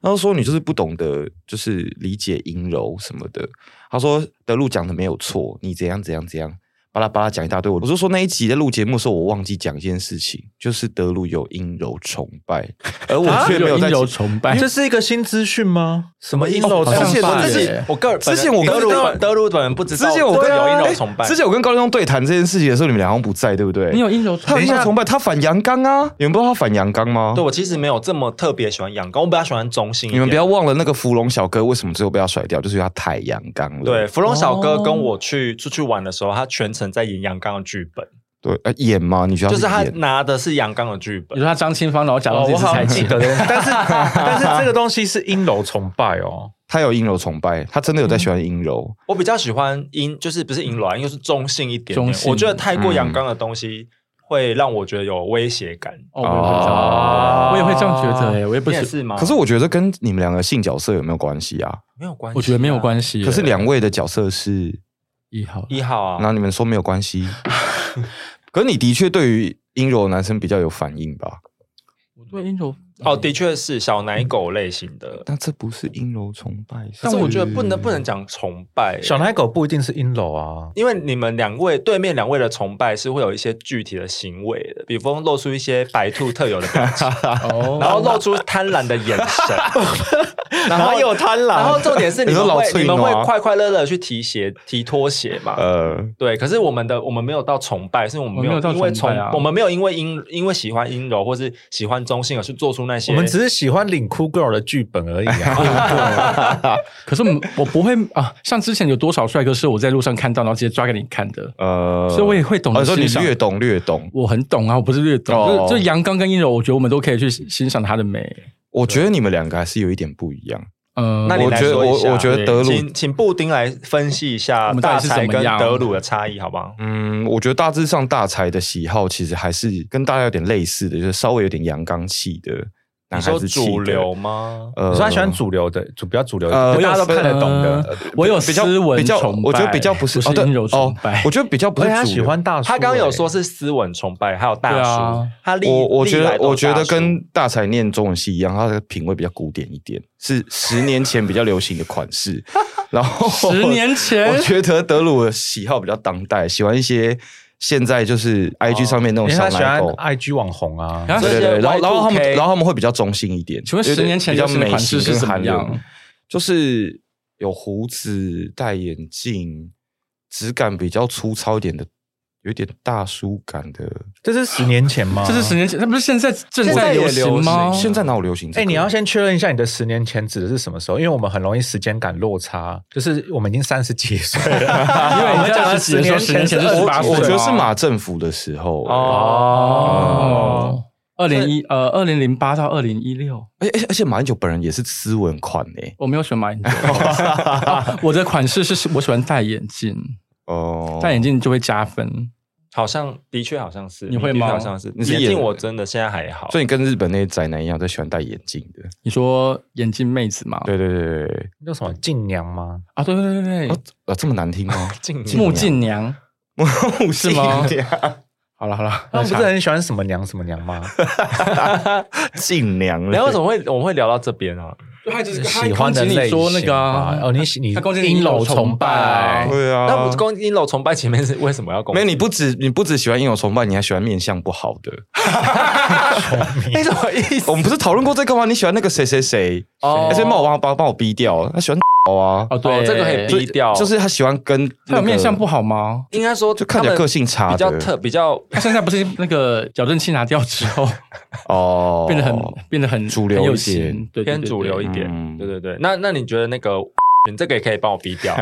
然后说你就是不懂得，就是理解阴柔什么的。他说的路讲的没有错，你怎样怎样怎样，巴拉巴拉讲一大堆。我我就说那一集在录节目的时候，我忘记讲一件事情，就是德鲁有阴柔崇 拜，而我啊却没有在阴。柔崇拜，哎这是一个新资讯吗？什么阴哦柔崇之前拜我自己耶？我个人之前我跟德鲁本德鲁本人不知之道，前我跟对啊哎有阴柔崇拜，之前我跟高立东对谈这件事情的时候，你们俩好像不在，对不对？你有阴柔他崇有阴柔崇拜，他反阳刚啊！你们不知道他反阳刚吗？对我其实没有这么特别喜欢阳光，我比较喜欢中性一哦你点。们不要忘了那个芙蓉小哥为什么最后被他甩掉，就是因为他太阳刚了。对，芙蓉小哥跟我去出去玩的时候，他全程在演阳刚的剧本，对，呃，演嘛，你觉得就是他演拿的是阳刚的剧你本。说他张清芳，然后假装自己是蔡琴， 但 是但是这个东西是阴柔崇拜哦，他有阴柔崇拜，他真的有在喜欢阴柔。我比较喜欢阴，就是不是阴柔啊，应该是中性一点中点。性我觉得太过阳刚的东西会让我觉得有威胁感。哦，我也会这样，我也会这样觉得哎，我也不你也喜，是吗？可是我觉得跟你们两个性角色有没有关系啊？没有关系啊，我觉得没有关系耶。可是两位的角色是，一号，一号啊，那你们说没有关 系，可是你的确对于阴柔的男生比较有反应吧？我对阴柔哦，的确是小奶狗类型呃的，但这不是阴柔崇拜，但是我觉得不能不能讲崇拜，小奶狗不一定是阴柔啊。因为你们两位对面两位的崇拜是会有一些具体的行为的，比方露出一些白兔特有的表 情，哦，然后露出贪婪的眼神，然后哪有贪婪然后重点是你们你说老会翠你诺们啊会快快乐乐地去提鞋提拖鞋嘛？呃，对，可是我们的我们没有到崇拜，是我们没我们没有到有因为崇拜啊我们没有因为阴因为喜欢阴柔或是喜欢中性而去做出那些。我们只是喜欢领酷 girl 的剧本而已 啊。可是我们我不会啊，像之前有多少帅哥是我在路上看到，然后直接抓给你看的，呃，所以我也会懂哦得你说你欣赏略懂略懂，我很懂啊，我不是略懂，哦就是就阳刚跟阴柔，我觉得我们都可以去欣赏她的美。我觉得你们两个还是有一点不一样。嗯，那你我来觉得说一下我我觉得德鲁请请布丁来分析一下我们到大底是才怎么跟样德鲁的差异，好不好？嗯，我觉得大致上大才的喜好其实还是跟大家有点类似的，就是稍微有点阳刚气的你男孩说子气的主流吗？呃你说他喜欢主流的，主比较主流呃的，就大家都看得懂的。呃我有比较斯文比较崇，拜我觉得比较不是不哦是对阴柔崇拜哦，我觉得比较不而是且他主喜流。欢大叔欸，他刚刚有说是斯文崇拜，还有大对叔，啊他历我我觉历来得都我觉大得叔跟大才念中文系一样，他的品味比较古典一点，是十年前比较流行的款 式。然后十年前我觉得德鲁的喜好比较当代，喜欢一些现在就是 I G 上面那哦因种小为他喜奶欢狗。 IG 网红啊。啊对对对，这些然后然后他们 Y2K 然后他们会比较中性一点。请问有点10年前比较流行的美款式型是跟怎么韩流样？就是有胡子、戴眼镜、质感比较粗糙一点的，有点大叔感的。这是十年前吗？这是十年前，那不是现在正现在在也流行吗？现在哪有流行、这哎、个你要先确认一下你的十年前指的是什么时候，因为我们很容易时间感落差，就是我们已经三十几岁了， 因为我你们在讲二的十几的时候，十年前是是十八28岁我吗，觉得是马政府的时候哦，哦，哦，二零一呃二零零八到二零一六，而且哎而且马英九本人也是斯文款诶、我没有选马 英九，哦我的款式是我喜欢戴眼镜，哦，戴眼镜就会加分。好像的确好像是，你会的确吗好像是你是眼镜，演我真的现在还好。所以你跟日本那些宅男一样，都喜欢戴眼镜的。你说眼镜妹子嘛？对对对对对，叫什么静娘吗？啊，对对啊对啊，对这么难听 吗？近对，木镜娘。不啊是 吗好了好了，他们不是很喜欢什么娘什么娘吗？尽量了。然后为什么会我们会聊到这边啊？就他就是喜欢的类型吧。说那个啊哦，你喜你他攻击你阴柔阴柔崇崇拜拜啊，对啊，那不是攻阴柔崇拜前面是为什么要攻？没有，你不只你不只喜欢阴柔崇拜，你还喜欢面相不好的。你 什么意思？我们不是讨论过这个吗？你喜欢那个谁谁谁，哎哦而且帮我帮帮帮我逼掉，他喜欢啊，哦，哦对，这个可以逼掉，就是他喜欢跟他那有个面相不好吗？应该说就看起来他们个性差的比较特比较他现在不是那个矫正器拿掉之后，哦，变得很变得很主流很有一点型对对偏对主对流一点嗯。 对对对，那那你觉得那个你这个也可以帮我逼掉？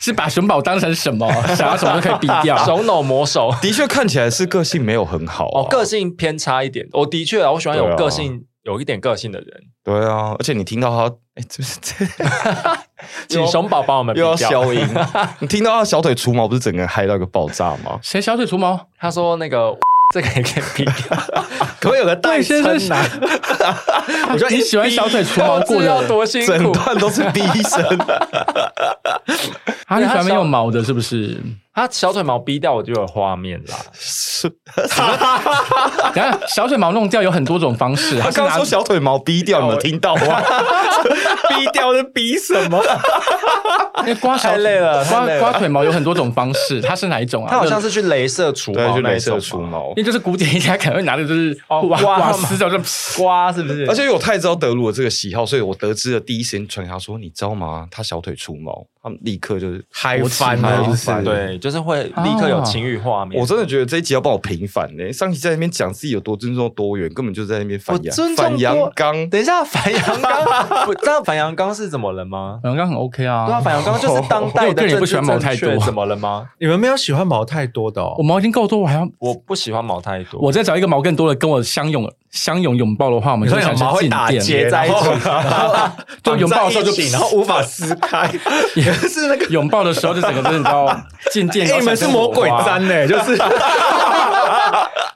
是把熊宝当成什么？想要什么都可以避 掉。手脑 磨手。的确看起来是个性没有很好、啊， 哦，个性偏差一点。我的确啊，我喜欢对有啊个性、有一点个性的人，对啊，而且你听到他，哎、这 是这请熊宝帮我们又要比较消 音，你听到他小腿除毛，不是整个人嗨到一个爆炸吗？谁小腿除毛？他说那个 这个也可以避掉， 可不可以有个对代先称生 啊？哎我觉得你喜欢小腿除毛过知的道人多辛整苦。段都是逼 声，啊？你喜欢没有毛的，是不是？他小腿毛逼掉，我就有画面啦。是等一下小腿毛弄掉有很多种方式，他它是刚拿刚说小腿毛逼掉，你们有听 到吗？逼掉是逼什么？因为刮小太累了刮太累了刮腿毛有很多种方式，它是哪一种啊？他好像是去镭射除对，毛就那镭一射种除吧，毛因。为就是古典一家可能会拿的就是哦瓦刮瓦嘛斯这样就刮是不是？而且因为我太知道德鲁的这个喜好，所以我得知了第一时间传给他说：“你知道吗？他小腿除毛。”他们立刻就是嗨勃起翻了嗨是不是翻对，就是会立刻有情欲画面。哦我真的觉得这一集要帮我平反呢、上集在那边讲自己有多尊重多元，根本就在那边反我阳尊重反阳多刚。等一下，樊阳刚，不知道樊阳刚是怎么了吗？反正刚很 OK 啊。对啊，樊阳刚 就是当代我个的人也政不喜治欢毛太正多啊确，怎么了吗？你们没有喜欢毛太多的哦我。毛已经够多，我还要我不喜欢毛太多，我再找一个毛更多的跟我相拥相拥拥抱的话，我们就你说想有毛会打结结在一起， 就拥抱的时候就然后无法撕开，也是那个。 拥抱的时候就整个真的到渐渐。 哎，你们是魔鬼毡，呢，就是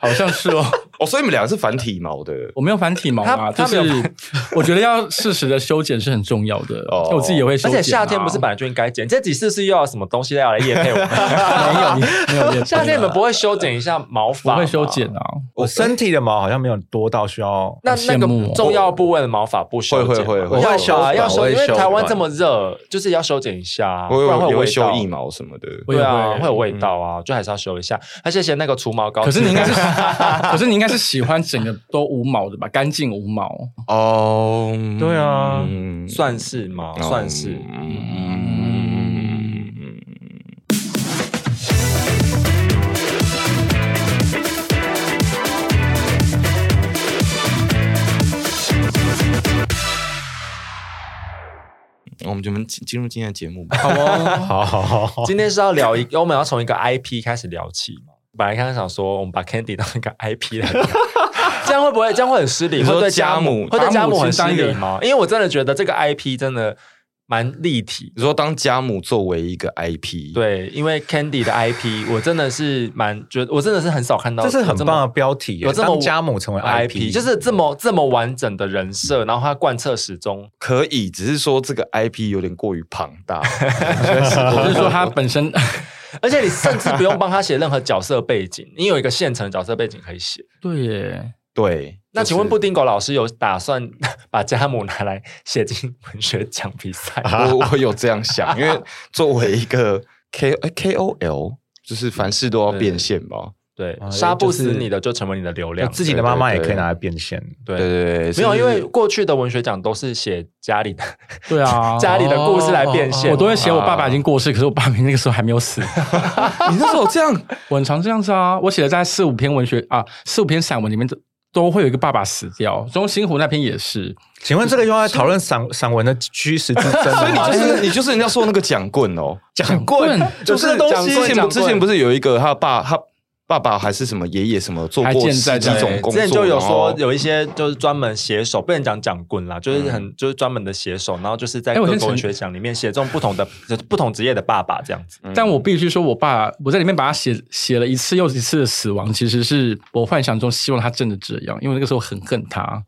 好像是哦。哦，所以你们两个是反体毛的。我没有反体毛啊，就他他没有是我觉得要适时的修剪是很重要的哦，因为我自己也会修而剪啊。且夏天不是本来就应该剪，这几次是又要什么东西要来夜配我们？ 没有你没有练， 夏天你们不会修剪一下毛发不吗？会修剪啊？我身体的毛好像没有多到需要。那那羡慕个哦重要部位的毛发不修剪吗，会会会要会修啊，修要我修，会因为修台湾短这么热，就是要修剪一下，我不然有会也有会味修道。腋毛什么的，我也对啊，会嗯会有味道啊，就还是要修一下。那谢谢那个除毛膏，可是你应该是， 可是你应该是喜欢整个都无毛的吧？干净无毛。哦，对啊嗯算是吗？哦算是。嗯嗯我们就们进进入今天的节目吧。好哦，好好好好，今天是要聊一， 我们要从一个 IP 开始聊起嘛。本来刚刚想说，我们把 Candy 当一个 IP 来聊， 这样会不会这样会很失礼？你说会对家母母会对家家母母亲很失当一个礼吗？因为我真的觉得这个 IP 真的蛮立体。 你说当家母作为一个 IP，，对，因为 Candy 的 IP，我真的是蛮觉得，我真的是很少看到这是很有么棒的标题耶，有这么当家母成为 IP， IP，就是这么这么完整的人设，然后它贯彻始终。可以，只是说这个 IP 有点过于庞 大。我是说它本身而且你甚至不用帮他写任何角色背景，你有一个现成的角色背景可以写。 对耶，对，那就是请问布丁狗老师有打算 把家母拿来写进文学奖比赛？我我有这样想，因为作为一个 K 哎 KOL，就是凡事都要变现嘛。对，啊杀不死就是你的就成为你的流量。自己的妈妈也可以拿来变现。对对，对对，没有，是因为过去的文学奖都是写家里的，对啊 家里的故事来变现，我都会写我爸爸已经过世，可是我爸爸那个时候还没有 死。你那时候有这样，我很常这样子啊，我写了大概四五篇文学啊，四五篇散文里面都都会有一个爸爸死掉，《中心湖》那篇也是。请问这个又要讨论散散文的虚实之争了吗？啊就 就是是你就是人家说的那个蒋棍哦，讲棍棍，就是这东西之前不蒋棍之前不是有一个他爸他爸爸还是什么爷爷什么做还过健在十几这样种工之作，哦前就有然后说有一些就是专门写手，不能讲讲棍啦，就是嗯很、就是专门的写手，然后就是在哎各我先个文澄学奖里面写中不同的就是不同职业的爸爸这样子。但我必须说，我爸我在里面把他写写了一次又一次的死亡，其实是我幻想中希望他真的这样，因为那个时候很恨他。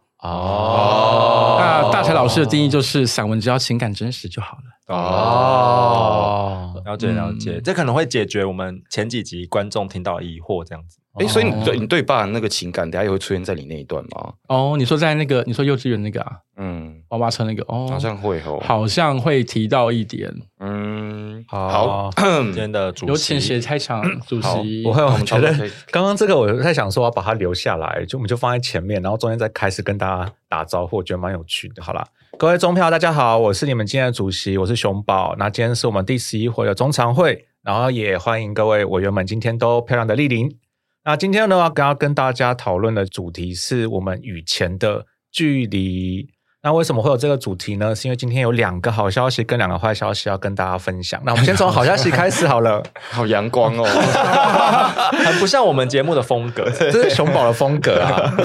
哦那大柴老师的定义就是散文只要情感真实就好了。哦。哦，了解了解，嗯这可能会解决我们前几集观众听到的疑惑，这样子。哎，所以你对你对爸那个情感，等下也会出现在你那一段吗？哦，你说在那个你说幼稚园那个啊，嗯，娃娃车那个哦，好像会哦。，好像会提到一点，嗯，好， 好。今天的主有题请谁开场？主好席，我会，我我们差不觉多得哦可以刚刚这个我在想说要把它留下来，就我们就放在前面，然后中间再开始跟大家打招呼，我觉得蛮有趣的。好啦，各位中票大家好，我是你们今天的主席，我是熊宝。那今天是我们第十一回的中常会，然后也欢迎各位委员们今天都漂亮的莅临。那今天呢，要跟要跟大家讨论的主题是我们与钱的距离。那为什么会有这个主题呢？是因为今天有两个好消息跟两个坏消息要跟大家分享。那我们先从好消息开始 好了，好阳光哦， 很不像我们节目的风格。这是熊宝的风格啊。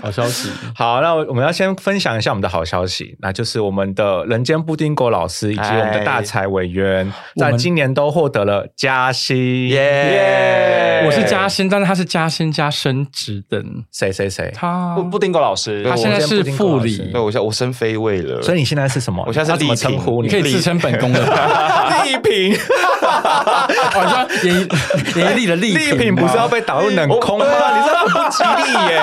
好消息，好，那我们要先分享一下我们的好消息，那就是我们的人间布丁狗老师以及我们的大财委员，哎我在们今年都获得了加薪。耶哎我是加薪，但是他是加薪加升职的，谁谁谁？他布布丁狗老师，他我现在先是布丁狗副老理师对，我现在我升飞位了，所以你现在是什么？我现在是要怎么丽萍称呼你你？可以自称本宫的 吧，丽萍，好像演艺演艺力的力丽萍不是要被打入冷空吗？啊你这很不吉利耶！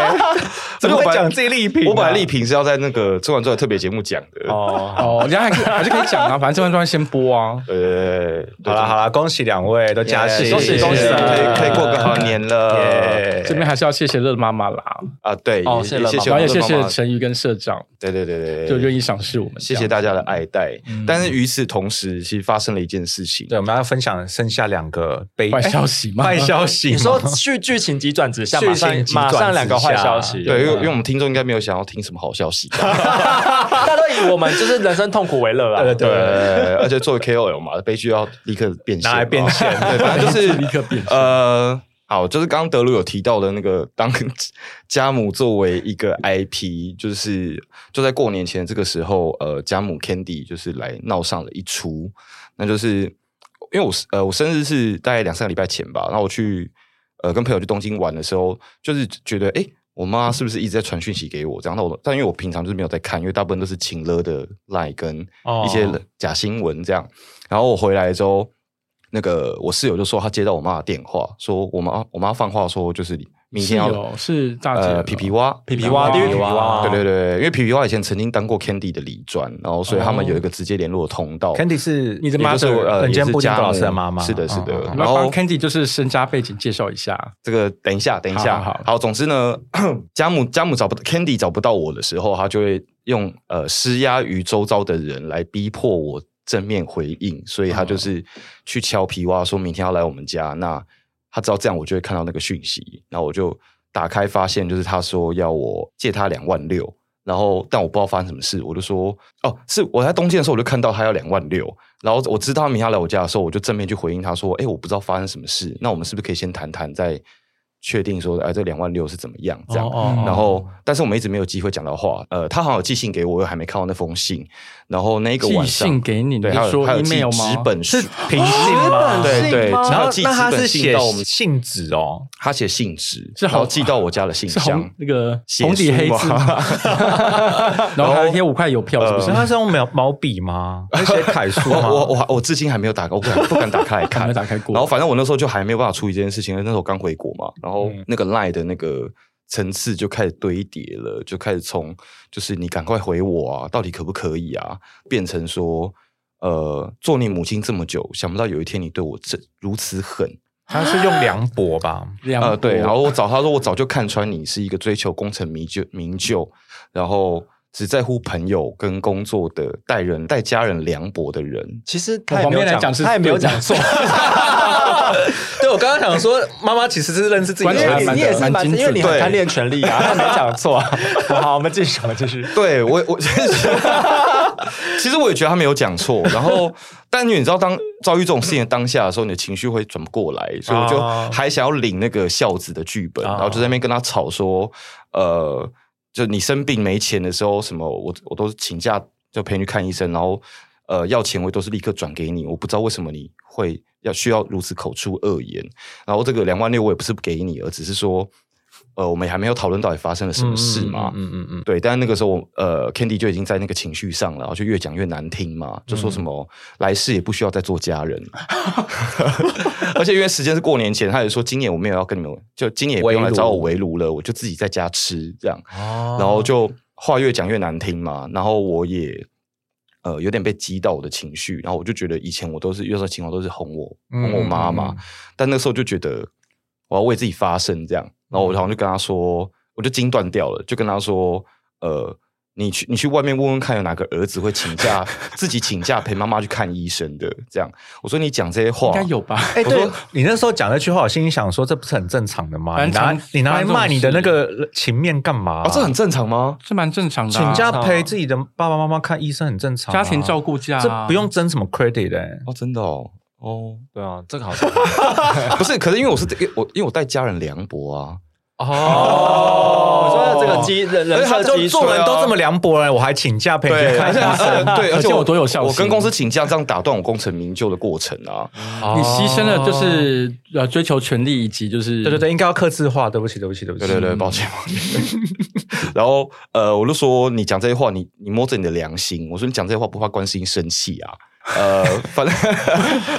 怎么会讲自己丽萍啊？我本来丽萍是啊要在那个《中晚之后特别节目讲的，哦，哦，人家还可以还是可以讲啊，反正这段专先播啊。呃，好啦好啦，恭喜两位都加薪，耶恭喜恭喜可以可以过个好年了耶这边还是要谢谢乐妈妈啦，啊！对，哦也谢也了谢谢妈然我们后也的谢谢妈妈陈瑜跟社长，对对对对，就愿意意赏识我们。谢谢大家的爱戴。但是与此同时，其实发生了一件事情，对，我们要分享剩下两个悲这样坏消息吗？哎坏消息吗。你说剧剧情急转直下，剧马情上急转马直下上两个坏消息，对，因为因为我们听众应该没有想要听什么好消息吧， 大家都以我们就是人生痛苦为乐啊。对对对，而且作为 KOL 嘛，悲剧要立刻变现嘛，拿来变现 对，反正就是 立刻变现呃，好，就是刚刚德鲁有提到的那个，当家母作为一个 IP，就是就在过年前这个时候，呃，家母 Candy 就是来闹上了一出，那就是因为我是呃我生日是大概两三个礼拜前吧，然后我去呃跟朋友去东京玩的时候，就是觉得诶，我妈是不是一直在传讯息给我？这样，那我但因为我平常就是没有在看，因为大部分都是情勒的 line 跟哦一些假新闻这样。然后我回来之后，那个我室友就说他接到我妈的电话，说我妈我妈放话说就是明天是要哦是大姐呃了皮皮蛙皮皮蛙，地狱皮皮蛙，对对对，因为皮皮蛙以前曾经当过 Candy 的李专，然后所以他哦们有一个直接联络的通道。 Candy 是你的也 mother，就是我呃，人也间是布丁家狗老师的母妈妈是的，是的嗯嗯嗯。我们然要后帮 Candy 就是身家背景介绍一下，这个等一下，等一下，好好好总之呢，家母家母找不到 Candy 找不到我的时候，他就会用呃施压于周遭的人来逼迫我正面回应，所以他就是去敲皮蛙，说明天要来我们家。那他知道这样，我就会看到那个讯息，然后我就打开发现，就是他说要我借他两万六。然后，但我不知道发生什么事，我就说，哦，是我在东京的时候，我就看到他要两万六，然后我知道他明天要来我家的时候，我就正面去回应他说：“哎，我不知道发生什么事，那我们是不是可以先谈谈，再确定说，哎，这两万六是怎么样？这样。哦然后，但是我们一直没有机会讲到话。呃，他好像有寄信给我，我还没看到那封信。然后那个寄晚上，信给你，你对，还有是说还有寄 email 纸吗？本书，平信吗？对信对，吗然然后后寄那纸他本是信写到我们，信纸哦，他写信纸，是然好后寄到我家的信是红箱。那个写红底书黑吗呃字吗， 然后还有贴五块邮票，是不所以是？他是用毛毛笔吗？他写楷 书我吗？我我我至今还没有打开，我不敢不敢打开来还看 没。打开过，然后反正我那时候就还没有办法处理这件事情，因为那时候刚回国嘛，然后嗯那个 line 的那个层次就开始堆叠了，就开始从就是你赶快回我啊，到底可不可以啊，变成说呃，做你母亲这么久，想不到有一天你对我这如此狠，他是用梁博吧？两呃，对，国然后我找他说，我早就看穿你是一个追求功成名就、名就，然后只在乎朋友跟工作的待人、待家人凉薄的人，其实他也旁没边有来讲，讲是他也没有对的 讲错。对，我刚刚想说，妈妈其实是认识自观因察为你蛮你也是蛮，蛮精因为你准的很对贪恋权力啊，他没讲错啊。好，我们继续，我们继续。对我，我 其实我也觉得他没有讲错。然后，但你知道，当遭遇这种事情的当下的时候，你的情绪会转不过来，所以我就啊还想要领那个孝子的剧本，啊然后就在那边跟他吵说，呃，就你生病没钱的时候，什么我我都是请假就陪你去看医生，然后呃要钱我都是立刻转给你，我不知道为什么你会要需要如此口出恶言，然后这个两万六我也不是不给你，而只是说。呃，我们还没有讨论到底发生了什么事嘛？嗯嗯嗯，对，但那个时候我呃，Candy 就已经在那个情绪上了，然后就越讲越难听嘛，就说什么、嗯来世也不需要再做家人， 而且因为时间是过年前，他也说今年我没有要跟你们，就今年也不用来找我围炉了，我就自己在家吃这样，哦然后就话越讲越难听嘛，然后我也。呃，有点被激到我的情绪，然后我就觉得以前我都是遇到这情况都是哄我哄我妈妈，嗯嗯但那时候就觉得我要为自己发声这样，然后我好像就跟她说，我就筋断掉了，就跟她说，呃，你去你去外面问问看，有哪个儿子会请假自己请假陪妈妈去看医生的？这样，我说你讲这些话，应该有吧？哎、我对说你那时候讲那句话，我心里想说，这不是很正常的吗？蛮你拿常你拿来骂你的那蛮这个情面干嘛、啊，这很正常吗？这蛮正常的啊、请假陪自己的爸爸妈妈看医生很正常、家庭照、顾假、啊，这不用争什么 credit 的、欸哦，真的哦，哦，对啊，这个 好像不是，可是因为我是我，因为我带家人凉薄啊，哦，所以这个基人人设他就基础做人都这么凉薄了，我还请假陪你去看而医且生， 对，而可且见我多有孝心我跟公司请假，这样打断我功成名就的过程啊。你牺牲了就是呃追求权利以及就是哦对对对，应该要克制化。对不起，对不起，对不起，对对对，抱歉。抱歉然后呃，我就说你讲这些话，你你摸着你的良心，我说你讲这些话不怕观世音生气啊？呃，反正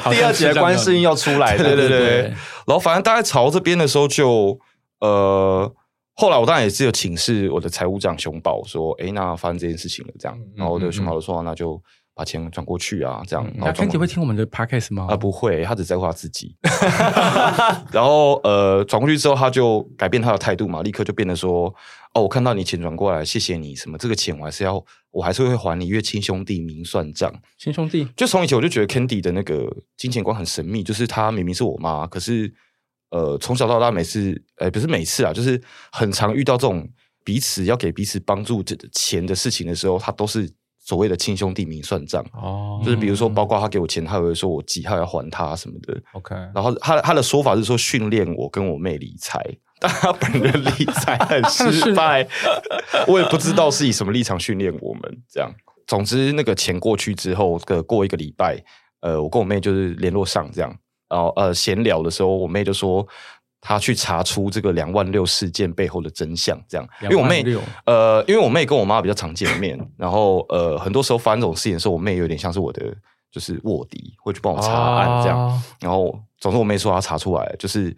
好像是第二节观世音要出来的，对对对对对然后反正大概朝这边的时候就，呃，后来我当然也是有请示我的财务长熊宝说，诶，那发生这件事情了，这样嗯，然后我嗯的嗯熊宝就说、啊那就把钱转过去啊，这样。然后嗯那转 Kandy 过会去听我们的 podcast 吗？啊，不会，他只在乎他自己。 然后呃，转过去之后，他就改变他的态度嘛，立刻就变得说，哦，我看到你钱转过来，谢谢你，什么这个钱我还是要，我还是会还你，因为亲兄弟明算账。亲兄弟，就从以前我就觉得 Candy 的那个金钱观很神秘，就是她明明是我妈，可是呃从小到大每次，呃不是每次啊，就是很常遇到这种彼此要给彼此帮助这钱的事情的时候，她都是所谓的亲兄弟明算账。哦就是比如说，包括他给我钱，他也会说我几号要还他什么的。 OK，然后他他的说法是说训练我跟我妹理财， 但他本人理财很失败，我也不知道是以什么立场训练我们这样。总之，那个钱过去之后，个过一个礼拜，呃，我跟我妹就是联络上这样，然后呃闲聊的时候，我妹就说她去查出这个两万六事件背后的真相，这样，因为我妹26000呃，因为我妹跟我妈比较常见面，然后呃很多时候发生这种事情的时候，我妹有点像是我的就是卧底，会去帮我查案这样。哦然后总之我妹说她查出来了，就是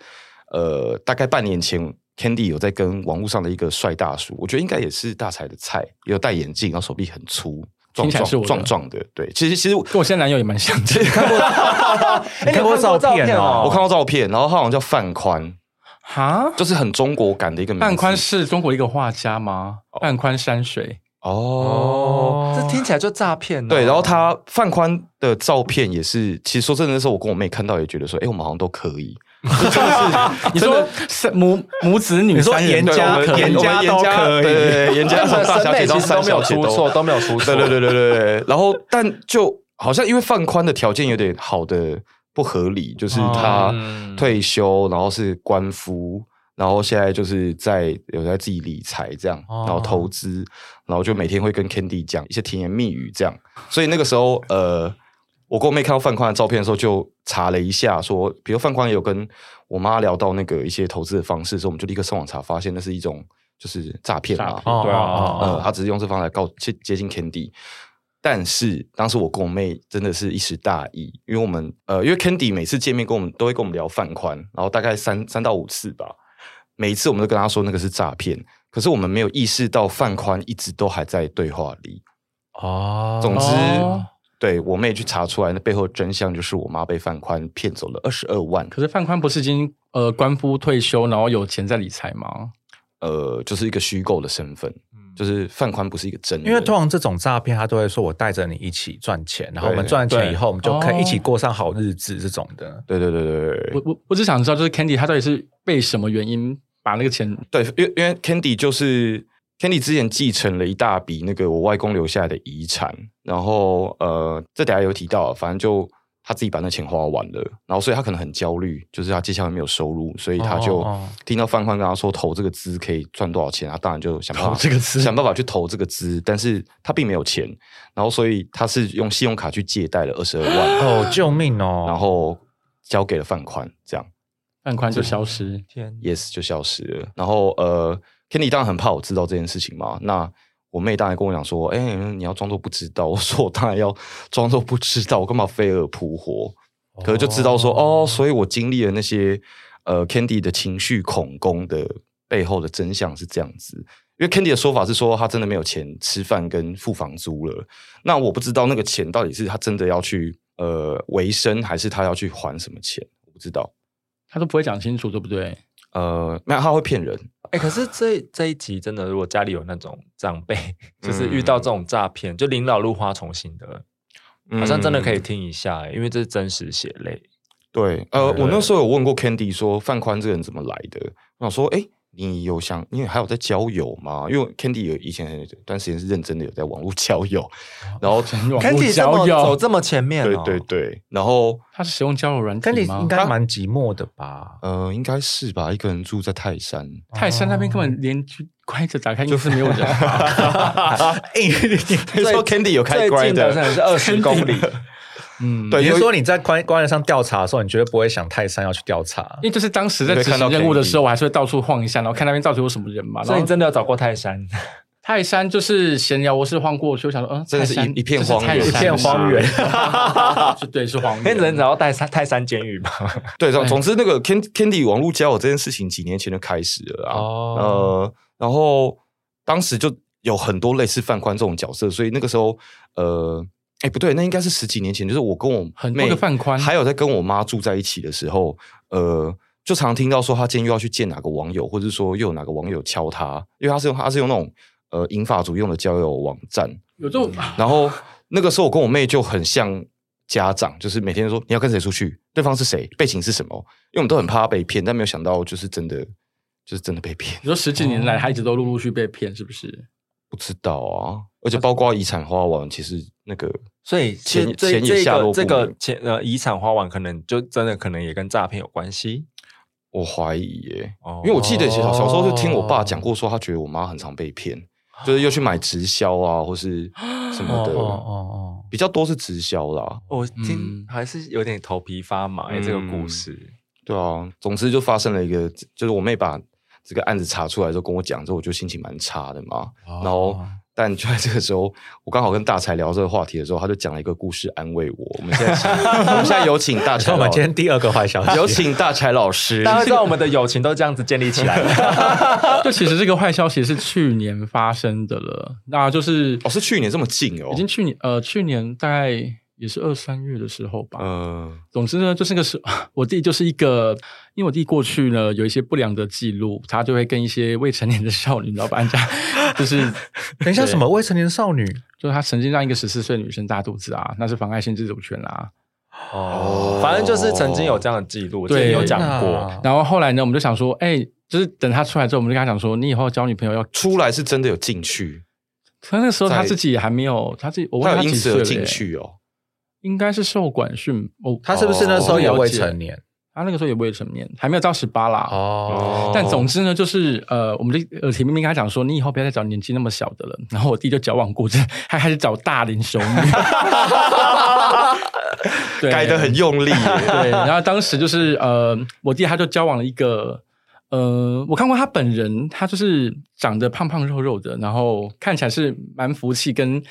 呃，大概半年前，Candy 有在跟网络上的一个帅大叔，我觉得应该也是大才的菜，也有戴眼镜，然后手臂很粗，壮听起来壮是我的壮壮的，对，其实其 实我跟我现在男友也蛮像 的。哎你有过照照片哦我看到照片，然后他好像叫范宽，哈，就是很中国感的一个名字范宽是中国一个画家吗？范宽山水，哦。这听起来就诈骗啊。对，然后他范宽的照片也是，其实说真的，那时候我跟我妹看到也觉得说，哎、我们好像都可以，你说三母母子女你说三人严都家可以严我家们严都家可以对对对，严家从大审小姐美到其实三都没小有姐出都错，都没有出错。对对对对对对。然后，但就好像因为范宽的条件有点好的不合理，就是哦他嗯退休，然后是官夫，然后现在就是在有在自己理财这样，哦然后投资，然后就每天会跟 Candy 讲一些甜言蜜语这样。所以那个时候，呃。我跟我妹看到范宽的照片的时候，就查了一下说，比如范宽也有跟我妈聊到那个一些投资的方式，所以我们就立刻上网查，发现那是一种就是诈骗诈啊骗，哦对啊呃，哦他只是用这方法来告接接近 Candy。但是当时我跟我妹真的是一时大意，因为我们呃，因为 Candy 每次见面跟我们都会跟我们聊范宽，然后大概三三到五次吧，每一次我们都跟他说那个是诈骗，可是我们没有意识到范宽一直都还在对话里。哦总之，哦对我妹去查出来，那背后的真相就是我妈被范宽骗走了二十二万，可是范宽不是已经呃官夫退休，然后有钱在理财吗？呃，就是一个虚构的身份，就是范宽不是一个真人，嗯因为通常这种诈骗，他都会说我带着你一起赚钱，然后我们对赚钱以对后，我们就可哦以一起过上好日子这种的。对对对对对，我我我只想知道，就是 Candy 他到底是被什么原因把那个钱对，因为因为 Candy 就是 Candy 之前继承了一大笔那个我外公留下来的遗产，然后呃，这等下有提到，反正就他自己把那钱花完了，然后所以他可能很焦虑，就是他接下来没有收入，所以他就哦哦听到范宽跟他说投这个资可以赚多少钱，他当然就想办法哦投这个资想办法去投这个资，但是他并没有钱，然后所以他是用信用卡去借贷了二十二万，哦，救命哦！然后交给了范宽，这样。范宽就消失？天 yes 就消失了。然后呃，Kenny 当然很怕我知道这件事情嘛，那我妹当然跟我讲说，哎、你要装作不知道。我说我当然要装作不知道，我干嘛飞蛾扑火？可是就知道说，哦，所以我经历了那些呃 Candy 的情绪恐攻的背后的真相是这样子。因为 Candy 的说法是说，他真的没有钱吃饭跟付房租了。那我不知道那个钱到底是他真的要去呃维生，还是他要去还什么钱，我不知道。他都不会讲清楚，对不对？呃，那他会骗人，哎、可是这这一集真的，如果家里有那种长辈，就是遇嗯到这种诈骗，就临老入花丛型的，好像真的可以嗯听一下、欸因为这是真实血泪。对，呃，对我那时候有问过 Candy 说范宽这个人怎么来的，我想说，哎、你有想，因为还有在交友吗？因为 Candy 有以前有段时间是认真的有在网络交友， 然后网络 Candy 这交么走友，这么前面、对哦，对对，然后他是使用交友软但你体吗应？该蛮寂寞的 吧？呃，应该是吧，一个人住在泰山，泰山那边根本连关着打开就是没有人哎吧。你 说 Candy 有开最近的 Grinder，真的是二十公里，嗯，对你有是一说你在官官员上调查的时候，你绝对不会想泰山要去调查因？为就是当时在执行任务的时候，我还是会到处晃一下，然后看那边到底有什么人嘛。 所然以你后真的有找过泰山？泰山就是闲聊，我是晃过去，我想说，嗯，真的是一泰山一片荒哎原这是泰山一片荒原吗，就 对，是 荒那原。 你只能找到泰山泰山监狱吧？对，总对总之那个 Can- Candy 网络交友这件事情几年前就开始了啊。哦呃，然后当时就有很多类似范宽这种角色，所以那个时候，呃，哎，不对，那应该是十几年前，就是我跟我很多妹个范宽还有在跟我妈住在一起的时候，呃，就常听到说她今天又要去见哪个网友，或者说又有哪个网友敲她，因为她是用她是用那种呃银发族用的交友网站，有这种然 后那个时候我跟我妹就很像家长，就是每天都说你要跟谁出去，对方是谁，背景是什么，因为我们都很怕被骗，但没有想到就是真的，就是真的被骗，你说十几年来，他一直都陆陆续被骗，是不是？ 不知道啊。而且包括遗产花完，其实那个 所以钱这钱也这下落个不这明，个钱呃遗产花完，可能就真的可能也跟诈骗有关系。我怀疑耶，哦因为我记得小小时候就听我爸讲过，说他觉得我妈很常被骗，就是又去买直销啊，或是什么哦哦的，哦，比较多是直销啦。我听嗯还是有点头皮发麻哎，嗯这个故事对啊，总之就发生了一个，就是我妹把这个案子查出来之后跟我讲之后，我就心情蛮差的嘛。然后，但就在这个时候，我刚好跟大才聊这个话题的时候，他就讲了一个故事安慰我。我们现在请，我们现在有请大所才以我老们今天第二个坏 消息， 有请大才老师。大家知道我们的友情都这样子建立起来了。就其实这个坏消息是去年发生的了，那就是哦，是去年这么近哦，已经去年呃去年大概也是二三月的时候吧。呃，总之呢，就是那个时， 我弟就是一个，因为我弟过去呢有一些不良的记录，他就会跟一些未成年的少女，老板家就是等一下什么未成年少女就是他曾经让一个十四岁女生大肚子啊，那是妨碍性自主权啦、哦，反正就是曾经有这样的记录，之前对有讲过。啊然后后来呢，我们就想说，哎、就是等他出来之后，我们就跟他讲说，你以后交女朋友要，出来是真的有进去，可能那时候他在自己也还没有，他自己我问他有几因此岁而了、进哎去哦。应该是受管训。哦，她是不是那时候也未成年？年？他那个时候也未成年，还没有到十八啦。哦，但总之呢，就是呃，我们的呃，体明明跟他讲说，你以后不要再找年纪那么小的了。然后我弟就矫枉过正，他开始找大龄熟女， 对改的很用力耶， 对，然后当时就是呃，我弟他就交往了一个，呃，我看过他本人，他就是长得胖胖肉肉的，然后看起来是蛮福气跟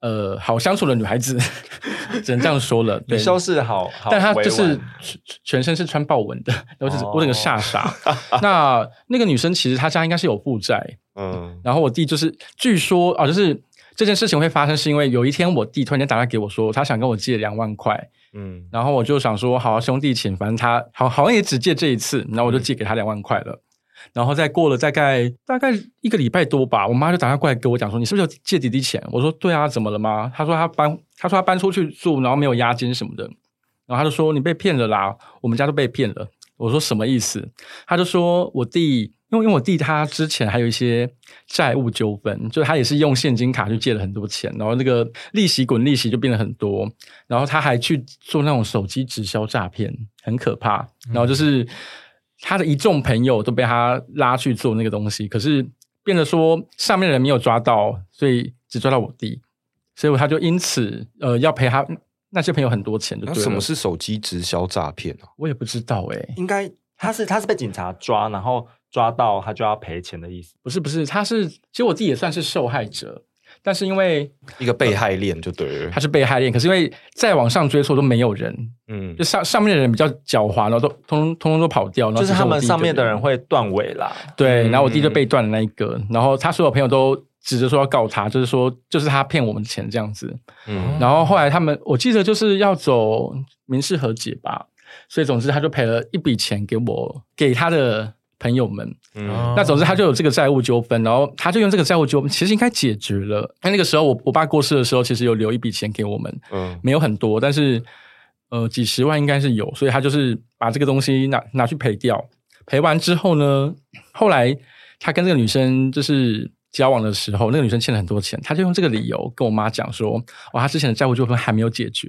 呃好相处的女孩子， 只能这样说了。你对，修饰好，好但他就是全委婉全全身是穿豹纹的，然后就是哦我整个吓 傻。那那个女生其实她家应该是有负债，嗯，然后我弟就是据说啊、就是这件事情会发生是因为有一天我弟突然间打电话给我说，他想跟我借两万块，嗯，然后我就想说，好、兄弟请，反正他好好像也只借这一次，然后我就借给他两万块了。然后再过了大概大概一个礼拜多吧，我妈就打电话过来给我讲说，你是不是有借弟弟钱？我说对啊，怎么了吗？她说她搬，她说她搬出去住，然后没有押金什么的。然后她就说你被骗了啦，我们家都被骗了。我说什么意思？她就说我弟，因为因为我弟他之前还有一些债务纠纷，就是他也是用现金卡去借了很多钱，然后那个利息滚利息就变得很多。然后他还去做那种手机直销诈骗，很可怕。嗯然后就是他的一众朋友都被他拉去做那个东西，可是变得说上面的人没有抓到，所以只抓到我弟，所以他就因此呃要赔他那些朋友很多钱，就那对了。什么是手机直销诈骗啊？我也不知道哎、应该他是他是被警察抓，然后抓到他就要赔钱的意思。不是不是，他是其实我弟也算是受害者，但是因为一个被害链就对 了他，是被害人，可是因为再往上追溯都没有人，嗯就，上上面的人比较狡猾，然后都通通通通都跑掉，然后就是只剩他我们弟一上个面的人会断尾啦，对，然后我弟就嗯被断了那一个，然后他所有朋友都指着说要告他，就是说就是他骗我们钱这样子。嗯然后后来他们我记得就是要走民事和解吧，所以总之他就赔了一笔钱给我，给他的朋友们。嗯，那总之他就有这个债务纠纷，然后他就用这个债务纠纷，其实应该解决了。那那个时候我我爸过世的时候，其实有留一笔钱给我们，嗯没有很多，但是呃几十万应该是有，所以他就是把这个东西拿拿去赔掉。赔完之后呢，后来他跟这个女生就是交往的时候，那个女生欠了很多钱，他就用这个理由跟我妈讲说，哦，他之前的债务纠纷还没有解决，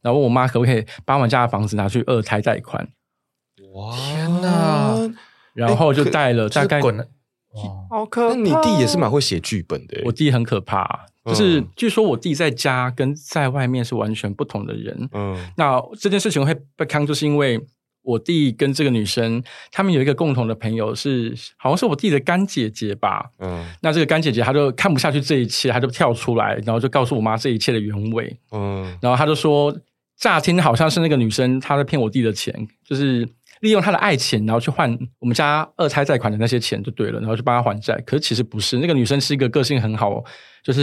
然后问我妈可不可以把我们家的房子拿去二胎贷款，哇，哦天哪！然后就可贷了哎就大是概滚了。好那可你弟也是蛮会写剧本的欸，我弟很可怕、就是、嗯据说我弟在家跟在外面是完全不同的人。嗯那这件事情会被坑，就是因为我弟跟这个女生，他们有一个共同的朋友是，好像是我弟的干姐姐吧。嗯那这个干姐姐她就看不下去这一切，她就跳出来，然后就告诉我妈这一切的原委。嗯然后她就说，乍听好像是那个女生她在骗我弟的钱，就是利用她的爱情，然后去换我们家二胎贷款的那些钱就对了，然后去帮她还债。可是其实不是，那个女生是一个个性很好，哦就是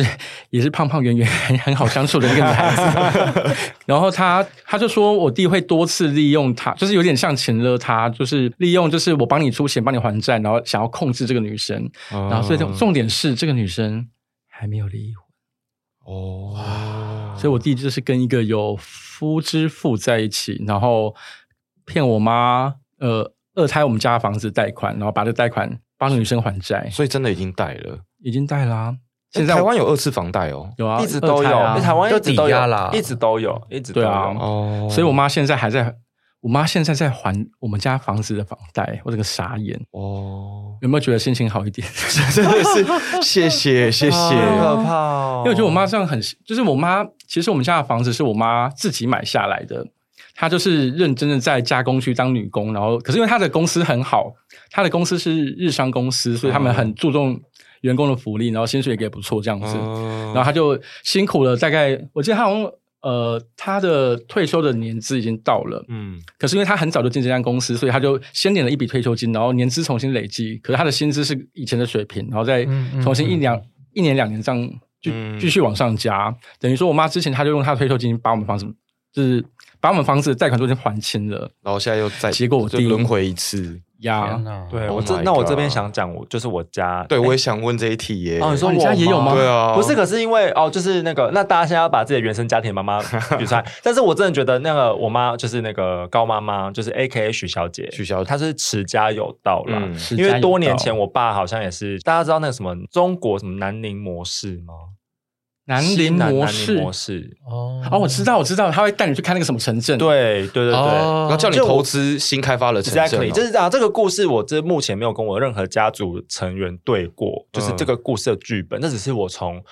也是胖胖圆圆、很很好相处的一个女孩子。然后她她就说我弟会多次利用她，就是有点像钱勒她，就是利用就是我帮你出钱帮你还债，然后想要控制这个女生。嗯然后所以重重点是这个女生还没有离婚。哦，所以我弟就是跟一个有夫之妇在一起，然后骗我妈，呃，二胎我们家的房子贷款，然后把这贷款帮这个女生还债，所以真的已经贷了。已经贷啦、现现在在我台湾有二次房贷哦，有啊，一直都二胎有，啊因为台湾一直都就抵有押啦一直都有，一直都有嗯对啊哦，所以我妈现在还在，我妈现在在还我们家房子的房贷，我整个傻眼，哦， 有没有觉得心情好一点？ 真的是谢谢谢谢，啊好可怕哦因为我觉得我妈这样很，就是我妈其实我们家的房子是我妈自己买下来的，她就是认真的在加工区当女工，然后可是因为她的公司很好，她的公司是日商公司，所以他们很注重员工的福利，然后薪水也给不错这样子，嗯然后然她就辛苦了大概，我记得她好像呃她的退休的年资已经到了，嗯可是因为她很早就进这家公司，所以她就先领了一笔退休金，然后年资重新累积，可是她的薪资是以前的水平，然后再嗯嗯重新一两、一年两年这样继嗯继续往上加，等于说我妈之前她就用她的退休金把我们房子就是把我们房子的贷款都已经还清了然后现在又再结果我就弟轮回一次，呀天。哪！对 Oh 我这 my 那我这 God 边想讲，我就是我家对哎我也想问这一题耶。哦，你说哦我你家也有吗对啊不是，可是因为哦，就是那个，那大家现在要把自己的原生家庭的妈 妈举出来，但是我真的觉得那个我妈就是那个高妈妈，就是 A K A 许小姐，许小姐她是持家有道啦。嗯持家因为多年有道前，我爸好像也是，大家知道那个什么中国什么南宁模式吗？南西宁南模南式宁模式，哦哦，我知道，我知道，他会带你去看那个什么城镇，，对对对对，哦然后叫你投资新开发的城镇 Exactly，哦，就是啊，这个故事我这目前没有跟我任何家族成员对过，就是嗯这个故事的剧本，那只是我从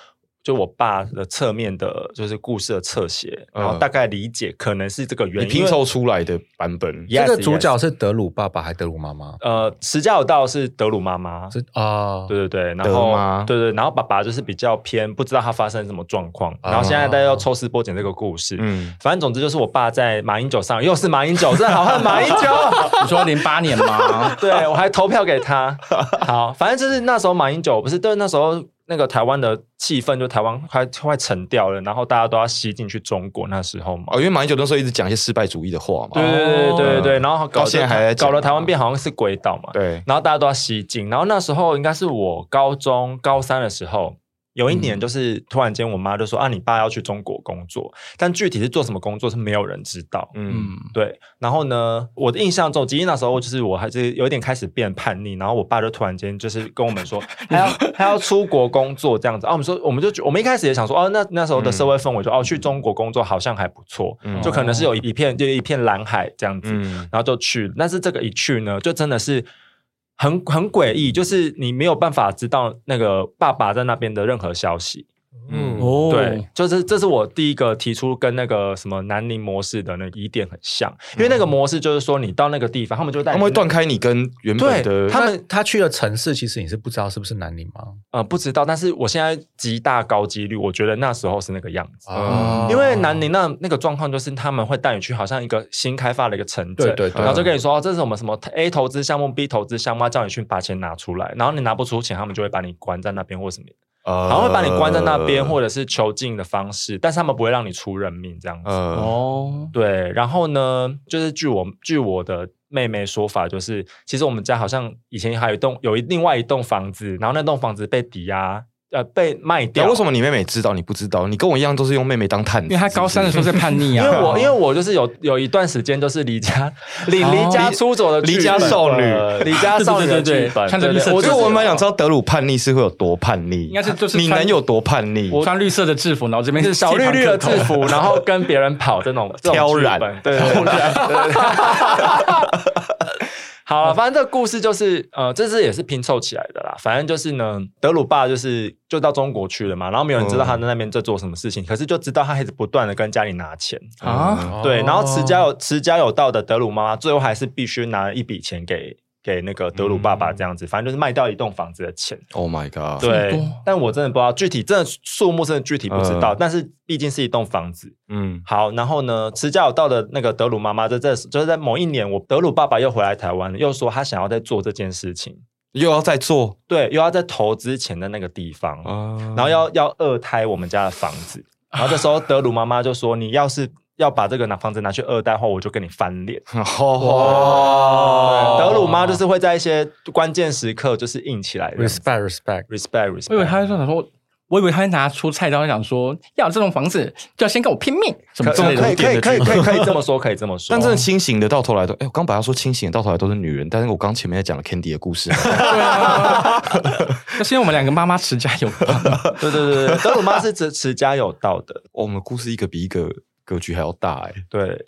就我爸的侧面的，就是故事的侧写，嗯然后大概理解可能是这个原你因。拼因为凑出来的版本。 Yes, 这个主 yes 角是德鲁爸爸还是德鲁妈妈？呃，持家有道是德鲁妈妈，是啊，对对对，然德后妈对对，然后爸爸就是比较偏不知道他发生什么状况，然后现在大家要抽丝剥茧这个故事。啊嗯，反正总之就是我爸在马英九上，又是马英九，真的好恨马英 九。？你说零八年吗 对我还投票给 他。好，反正就是那时候马英九不是，对那时候那个台湾的气氛，就台湾快快沉掉了，然后大家都要吸进去中国那时候嘛。哦，因为马英九那时候一直讲一些失败主义的话嘛。对对对对对对，然后搞哦到现在得还在讲搞得台湾变好像是鬼岛嘛，对，然后大家都要吸进，然后那时候应该是我高中高三的时候。有一嗯年，就是突然间，我妈就说：“啊，你爸要去中国工作，但具体是做什么工作是没有人知道。”嗯嗯，对，然后呢，我的印象中，吉吉那时候就是我还是有一点开始变叛逆，然后我爸就突然间就是跟我们说，他要他要出国工作这样子啊，我们说我们就觉我们一开始也想说，哦，那那时候的社会氛围就、哦，去中国工作好像还不错，嗯就可能是有一片就一片蓝海这样子，嗯，然后就去，但是这个一去呢，就真的是很很诡异，就是你没有办法知道那个爸爸在那边的任何消息，嗯哦，对，，就是这是我第一个提出跟那个什么南宁模式的那个疑点很像，因为那个模式就是说你到那个地方，他们就会带他你们会断开你跟原本的对他们他去了城市，其实你是不知道是不是南宁吗？呃不知道，但是我现在极大高几率，我觉得那时候是那个样子。啊嗯哦因为南宁那那个状况就是他们会带你去好像一个新开发的一个城镇，对对对然后就跟你说、哦这是我们什么 A 投资项目、B 投资项目，叫你去把钱拿出来，然后你拿不出钱，他们就会把你关在那边或什么，好好像会把你关在那呃边，或者是囚禁的方式，但是他们不会让你出人命这样子。呃哦，对，然后呢，就是据我据我的妹妹说法，就是其实我们家好像以前还有一栋有一另外一栋房子，然后那栋房子被抵押，呃，被卖对啊掉。哎为什？么你妹妹知道你不知道？你跟我一样都是用妹妹当探子，因为他高三的时候在叛逆因啊。为我因为我就是有有一段时间就是离哦家离离家出走的离剧家本少女呃离 家对对少女的对对剧本，穿着对绿对色我我就觉得我蛮想知道。道德鲁叛逆是会有多叛逆，应该是就是你穿能有多叛逆？穿绿色的制服，然后这边 是小绿 绿的制服，然后跟别人跑这种这种挑剧染本对对对。 好了，反正这个故事就是，呃，这次也是拼凑起来的啦。反正就是呢，德鲁爸就是就到中国去了嘛，然后没有人知道他在那边在做什么事情，可是就知道他一直不断的跟家里拿钱。嗯啊，哦对，然后持家有持家有道的德鲁妈妈，最后还是必须拿一笔钱给给那个德鲁爸爸这样子，反正就是卖掉一栋房子的钱。 Oh my god！么对多，但我真的不知道具体，真的数目真的具体不知道，嗯但是毕竟是一栋房子。嗯，好，然后呢，持家有道的那个德鲁妈妈在这，就是在某一年，我德鲁爸爸又回来台湾了，又说他想要再做这件事情，又要再做对，又要再投资钱的那个地方，啊，然后要要二胎我们家的房子，然后这时候德鲁妈妈就说，你要是要把这个拿房子拿去二代的话，我就跟你翻脸。哇，哦德鲁妈就是会在一些关键时刻就是硬起来的 respect respect， respect respect，我以为他就想说，我以为他拿出菜刀想说，要有这种房子就要先跟我拼命，什么可之类的。可以可以可以可以可以这么说，可以这么说，但真的清醒的到头来都，哎，我刚把他说清醒的到头来都是女人，但是我刚前面在讲了 Candy 的故 事，对啊， 那是因为我们两个妈妈持家有道。 对对对对，德鲁妈是持持家有道的，我们的故事一个比一个格局还要大哎，对。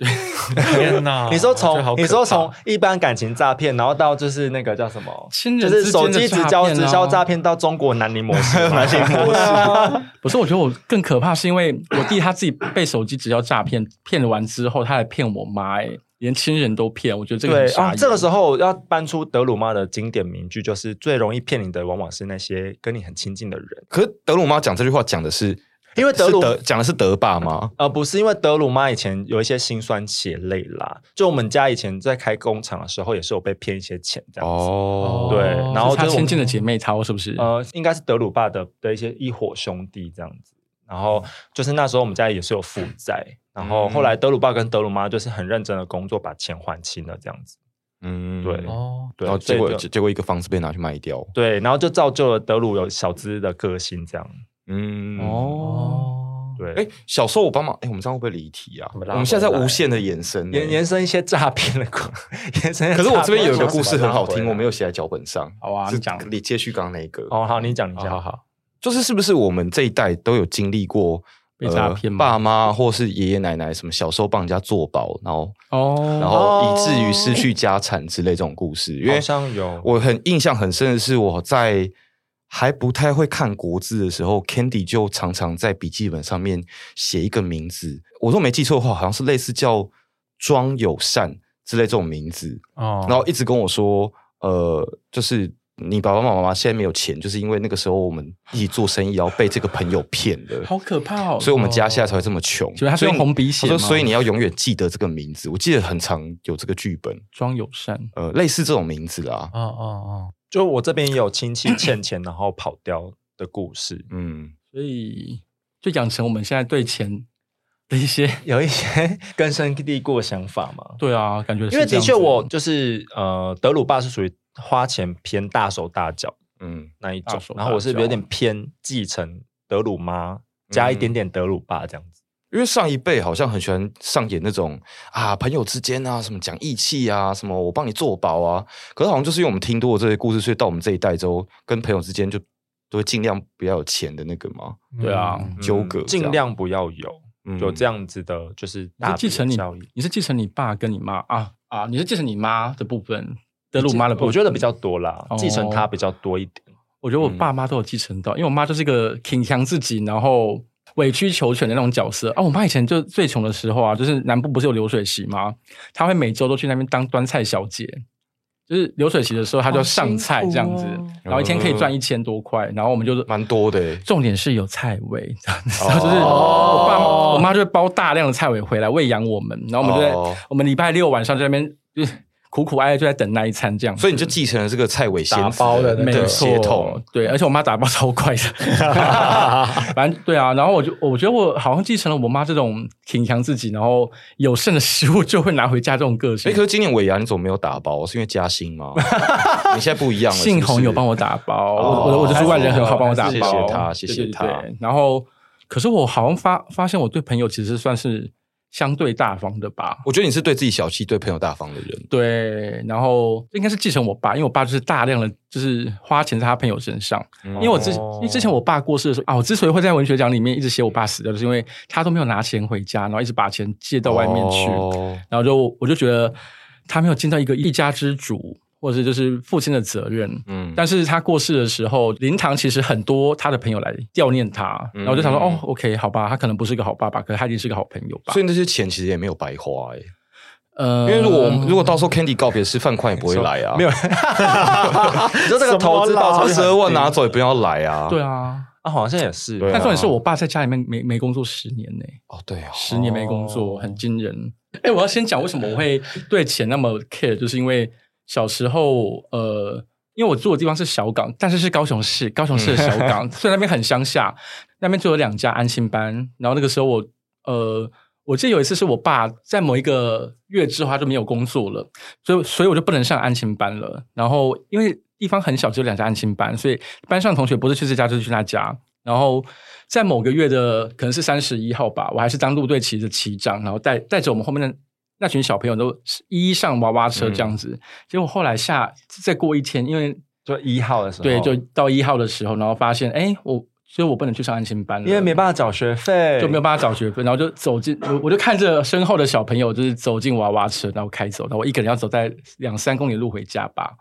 天哪！你说啊我觉得好从可你说怕从一般感情诈骗，然后到就是那个叫什么，亲就人是之手间的机直诈销骗啊直销诈骗到中国南宁模式嘛，啊南宁 模式，不是，我觉得我更可怕，是因为我弟他自己被手机直销诈骗骗完之后，他还骗我妈、哎，连亲人都骗，我觉得这个对很傻啊眼。，这个时候要搬出德鲁妈的经典名句，就是最容易骗你的往往是那些跟你很亲近的人，可是德鲁妈讲这句话讲的是，因为德鲁是德讲的是德爸吗？呃，不是，因为德鲁妈以前有一些辛酸血泪啦，就我们家以前在开工厂的时候，也是有被骗一些钱这样子。哦，对然后是他就是我亲近的姐妹操是不是？呃，应该是德鲁爸的的一些一伙兄弟这样子。然嗯后就是那时候我们家也是有负债，然后后来德鲁爸跟德鲁妈就是很认真的工作，把钱还清了这样子。嗯对哦，对，然后结所以果就结结果一个房子被拿去卖掉，对，然后就造就了德鲁有小资的个性这样。嗯，哦，对，哎，小时候我帮忙，哎，我们这样会不会离题啊？我我们拉们现在回在来无限的延伸欸，延延伸一些诈骗的故， 延伸一些诈骗。可是我这边有一个故事很好为什听，么我没有写在脚本上。好啊，是你讲。你接续刚刚那个，哦，好，你讲，你好好讲。好，就是是不是我们这一代都有经历过呃被诈骗吗爸妈或是爷爷奶奶什么小时候帮人家做保，然后哦，然后以至于失去家产之类这种故事，因为好像有我很印象很深的是我在。还不太会看国字的时候，Candy 就常常在笔记本上面写一个名字。我若没记错的话，好像是类似叫庄友善之类这种名字。哦然后一直跟我说，呃，就是你爸爸妈妈现在没有钱，就是因为那个时候我们一起做生意，然后被这个朋友骗的，好可怕哦。所以我们家现在才会这么穷。所以他是用所以红笔写他说，吗所以你要永远记得这个名字。我记得很常有这个剧本，装友善，呃，类似这种名字啦。哦哦就我这边也有亲戚欠钱然后跑掉的故事，嗯，所以就养成我们现在对钱的一些有一些 根深蒂固的想法嘛。对啊，感觉是因为这的样子嗯确，我就是呃，德鲁爸是属于花钱偏大手大脚嗯那一大种手，然后我是大脚啊有点偏继承德鲁妈加一点嗯点德鲁爸这样子。因为上一辈好像很喜欢上演那种啊朋友之间啊什么讲义气啊什么我帮你做保啊，可是好像就是因为我们听多了这些故事，所以到我们这一代之后，跟朋友之间就都会尽量不要有钱的那个嘛。哦，对啊嗯纠葛这尽样量不要有有这样。样子的，就是嗯你是大继承笔你的交易，你是继承你爸跟你妈啊啊，你是继承你妈的部分，德鲁妈的部分，我觉得比较，多啦哦，继承他比较多一点。我觉得我爸妈都有继承到，因为我妈就是一个挺强自己，然后委曲求全的那种角色啊。我妈以前就最穷的时候啊，就是南部不是有流水席吗？她会每周都去那边当端菜小姐。就是流水席的时候，她就要上菜这样子，然后一天可以赚一千多块，然后我们就是蛮多的欸重点是有菜尾，然后 就是哦我爸我妈就会包大量的菜尾回来喂养我们，然后我们就在、哦我们礼拜六晚上就在那边就是苦苦哀哀就在等那一餐这嗯样子。嗯所以你就继承了这个蔡伟先打子包的那没个的血错统，，对，而且我妈打包超快 的， 反正对啊。然后我就我觉得我好像继承了我妈这种挺强自己，然后有剩的食物就会拿回家这种个性。哎，可是今年尾牙你怎么没有打包？是因为加薪吗？你现在不一样了。幸是不好是有帮我打包，哦我我的我的主管人很好，帮我打包，谢谢他对谢谢他对对对然后，可是我好像发发现我对朋友其实算是相对大方的吧。我觉得你是对自己小气、对朋友大方的人。对，然后应该是继承我爸，因为我爸就是大量的就是花钱在他朋友身上。因为我之哦因为之前我爸过世的时候啊，我之所以会在文学奖里面一直写我爸死掉，就是因为他都没有拿钱回家，然后一直把钱借到外面去。哦然后就我就觉得他没有尽到一个一家之主，或者是就是父亲的责任。嗯，但是他过世的时候，灵堂其实很多他的朋友来悼念他，嗯然后我就想说，哦，OK，好吧，他可能不是个好爸爸，可是他一定是个好朋友吧所。以那些钱其实也没有白花哎、呃因为如果我们如果到时候 Candy 告别式，范宽也不会来啊， 没有，你说这个投资报酬二率十很二万拿低走也不要来啊。对啊，啊，好像也是，对啊但重点是我爸在家里面没没工作十年呢、哦，对啊，十年没工作，很惊人。哎、我要先讲为什么我会对钱那么 care，就是因为小时候，呃，因为我住的地方是小港，但是是高雄市，高雄市的小港，所以那边很乡下，那边就有两家安心班。然后那个时候我，呃，我记得有一次是我爸在某一个月之后他就没有工作了，所以所以我就不能上安心班了。然后因为地方很小，只有两家安心班，所以班上同学不是去这家就是去那家。然后在某个月的可能是三十一号吧，我还是当陆队旗的旗长，然后带带着我们后面的那群小朋友都一一上娃娃车这样子。嗯结果后来下再过一天，因为就一号的时候，对，就到一号的时候，然后发现哎，我所以我不能去上安心班了，因为没办法缴学费，就没有办法找学分，然后就走进我，我就看着身后的小朋友，就是走进娃娃车，然后开走，然后我一个人要走在两三公里路回家吧。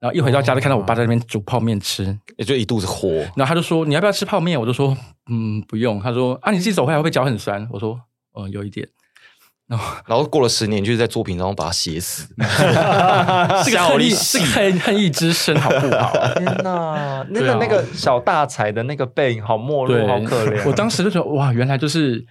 然后一回到家就看到我爸在那边煮泡面吃，也就一肚子火。然后他就说你要不要吃泡面？我就说嗯不用。他说啊你自己走回来会不会脚很酸？我说嗯有一点，然后过了十年，就是在作品当中把它写死。 是个恨意是个恨恨意之深好不好？ 天 哪，那对个啊那个小大才的那个背影好没对，落，好可怜。啊我当时就觉得哇，原来就是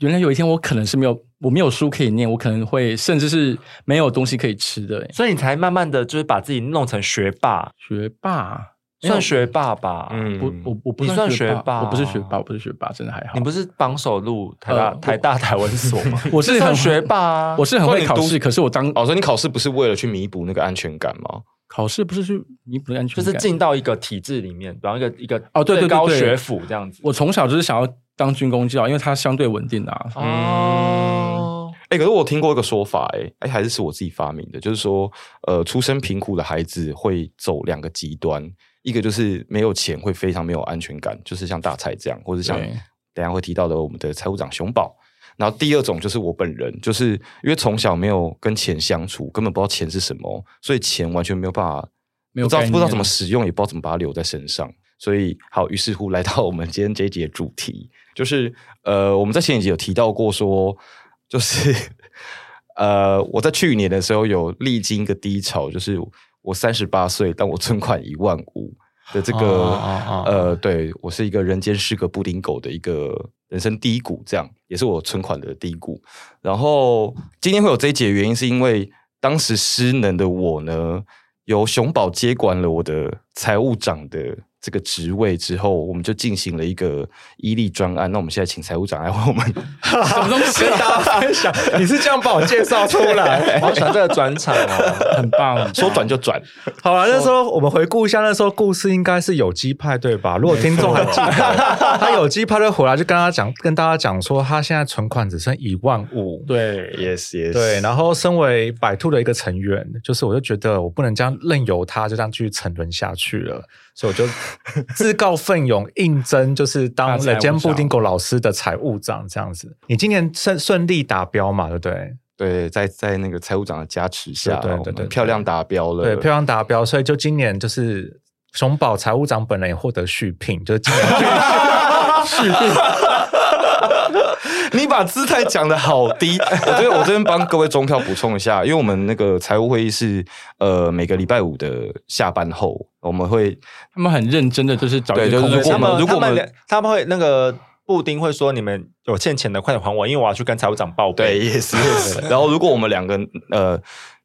原来有一天我可能是没有我没有书可以念，我可能会甚至是没有东西可以吃的、欸啊所以你才慢慢的就是把自己弄成学霸，学霸。没有算学霸吧？嗯，嗯，啊不，我我不你算学学霸我不是学霸，啊我不是学霸，真的还好。你不是榜首路台大呃台大台文所吗？我是这很算学霸啊我是很那会你考读试，可是我当哦，所以你考试不是为了去弥补那个安全感吗？考试不是去弥补安全就感，是进到一个体制里面，然后一个一个哦对对对最高对学府这样子。我从小就是想要当军工教，因为它相对稳定啊。哦，哎、可是我听过一个说法、欸，哎、还是是我自己发明的，就是说，呃，出身贫苦的孩子会走两个极端，一个就是没有钱，会非常没有安全感，就是像大蔡这样，或者像对等一下会提到的我们的财务长熊宝。然后第二种就是我本人，就是因为从小没有跟钱相处，根本不知道钱是什么，所以钱完全没有办法，没有不知道概念不知道怎么使用，也不知道怎么把它留在身上。所以好，于是乎来到我们今天这一集的主题，就是呃，我们在前一集有提到过说，就是呃，我在去年的时候有历经一个低潮，就是我三十八岁，但我存款一万五的这个、啊哦哦哦呃，对我是一个人间失格布丁狗的一个人生低谷，这样也是我存款的低谷。然后今天会有这一节原因，是因为当时失能的我呢，由熊宝接管了我的财务长的这个职位之后，我们就进行了一个伊利专案。那我们现在请财务长来为我 们什么东西跟大家分享，呃你是这样把我介绍出 来。我好喜欢这个转场哦。很棒，啊说转就转。好了，那时候我们回顾一下，那时候故事应该是有机派对吧？如果听众还记得，他有机派对回来就跟他讲，跟大家讲说，他现在存款只剩一万五。对 yes yes，对，然后身为百兔的一个成员，就是我就觉得我不能这样任由他就这样继续沉沦下去了，所以我就自告奋勇应征，就是 当当财务人间布长丁狗老师的财务长这样子。你今年顺顺利达标嘛？对不对？对，在在那个财务长的加持下，对对对我们对对漂亮达标了，对，漂亮达标，所以就今年就是熊宝财务长本人也获得续聘，就是 今年 你把姿态讲的好低， 我这边我这边帮各位中票补充一下，因为我们那个财务会议是呃每个礼拜五的下班后，我们会他们很认真的，就是找一对个就是如果空他间我们们如果我们他们他们会那个布丁会说你们有 欠钱的快点还我，因为我要去跟财务长报备。对 yes yes，然后如果我们两个呃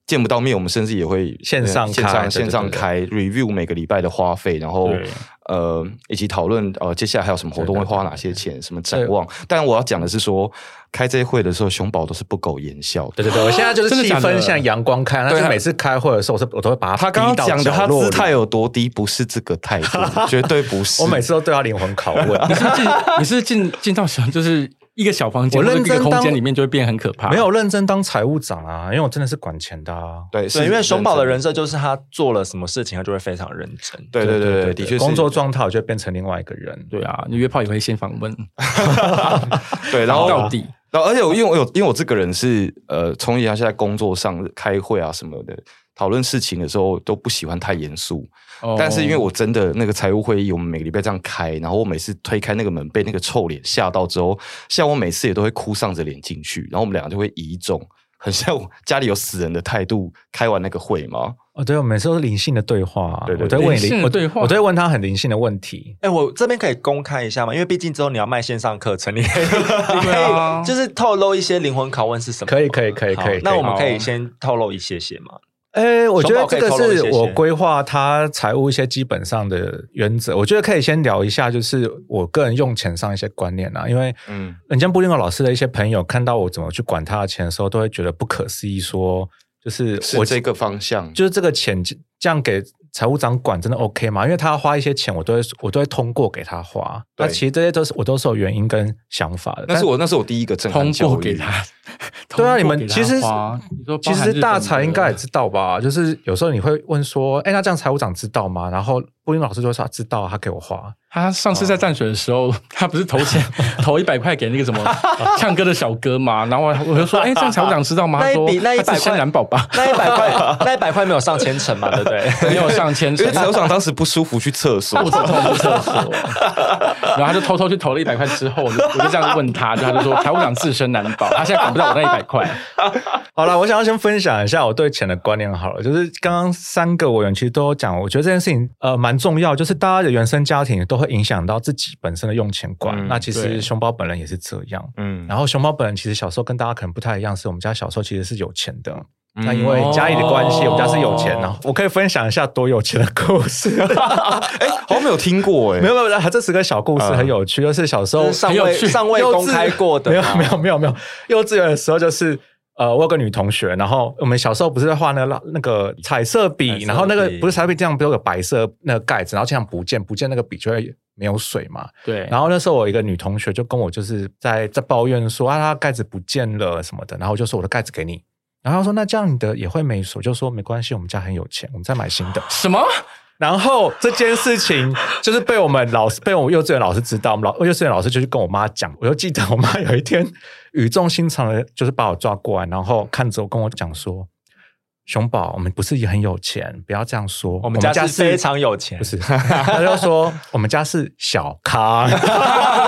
见不到面，我们甚至也会线上线开对上对线上对对开 review 每个礼拜的花费，然后对呃一起讨论呃接下来还有什么活动对会对对花哪些钱，什么展望。但我要讲的是说，开这些会的时候，熊宝都是不苟言笑的。对对对，我现在就是真的气假的氛像阳光开，那对就啊每次开会的时候，我是我都会把他他刚刚逼到讲的他角落姿里态有多低，不是这个态度，绝对不是。 我每次都对他灵 魂拷问。你是进 你是进进到小就是一个小房间，我或者认一个真空当间里面就会变很可怕。没有认真当财务长啊，因为我真的是管钱的啊。对，是对，因为熊宝的人真设就是他做了什么事情，他就会非常认真。对对对对，的确是工作状态我就会变成另外一个人。对啊，你约炮也会先访问，对，然后到底然后，而且我因为我有，因为我这个人是呃，从以前现在工作上开会啊什么的，讨论事情的时候都不喜欢太严肃。哦但是因为我真的那个财务会议，我们每个礼拜这样开，然后我每次推开那个门，被那个臭脸吓到之后，像我每次也都会哭丧着脸进去，然后我们两个就会以一种很像我家里有死人的态度开完那个会嘛。哦，对，我每次都是灵性的对话啊，对对我都会问灵性的我对话我都会问他很灵性的问题。哎、我这边可以公开一下吗？因为毕竟之后你要卖线上课程，你可以， 你可对啊以就是透露一些灵魂拷问是什么吗？可以可以可以好可以那可以我们可以好先透露一些些嘛？哎，我觉得熊宝可这以个透露一些是我些规划他财务一些基本上的原则。我觉得可以先聊一下，就是我个人用钱上一些观念啊，因为嗯，人家布丁狗老师的一些朋友看到我怎么去管他的钱的时候，都会觉得不可思议说就是是我这个方向，就是这个钱这样给财务长管真的 OK 吗？因为他要花一些钱，我都会我都会通过给他花。对那其实这些都是我都是有原因跟想法的。那是我那是我第一个震撼通教过育给他，对啊，你 通过给们他其实花你说包其含日实本大财的应该也知道吧？就是有时候你会问说，哎，那这样财务长知道吗？然后布丁老师就会说他知道啊，他给我花。他上次在淡水的时候，他不是投钱投一百块给那个什么唱歌的小哥嘛？然后我就说，哎，这样财务长知道吗？那他一说笔那一他只百是块蓝宝吧，那一百块，那一百块没有上千层嘛？对不对？没有上千因层为，财务长当时不舒服去厕 所，啊我偷偷去厕所， 然后他就偷偷去投了一百块之后，我就我就这样问他，就他就说财务长自身难保，他现在管不到我那一百块。好了，我想要先分享一下我对钱的观念好了，就是刚刚三个委员其实都有讲，我觉得这件事情呃蛮重要，就是大家的原生家庭都会影响到自己本身的用钱观。嗯那其对实熊宝本人也是这样。嗯，然后熊猫本人其实小时候跟大家可能不太一样，是我们家小时候其实是有钱的。嗯那因为家里的关系，哦我们家是有钱。然后我可以分享一下多有钱的故 事。哎，好像没有听过哎，没有没有没有，这是个小故事，嗯很有趣。就是小时都候是尚很有未趣尚 未幼稚公开过的没嘛，有没有没有没有，幼稚园的时候就是。呃，我有个女同学，然后我们小时候不是在画那个蜡那个彩色笔，彩色笔然后那个不是彩色笔，这样不是有个白色那个盖子，然后经常不见，不见那个笔就会没有水嘛。对，然后那时候我有一个女同学就跟我就是在在抱怨说啊，她盖子不见了什么的，然后我就说我的盖子给你，然后她说那这样你的也会没水，我就说没关系，我们家很有钱，我们再买新的。什么？然后这件事情就是被我们老师被我们幼稚园老师知道，我们老幼稚园老师就去跟我妈讲，我就记得我妈有一天语重心长的，就是把我抓过来，然后看着我跟我讲说。熊宝，我们不是也很有钱，不要这样说。我们家是非常有钱不。是， 他就说我们家是小康。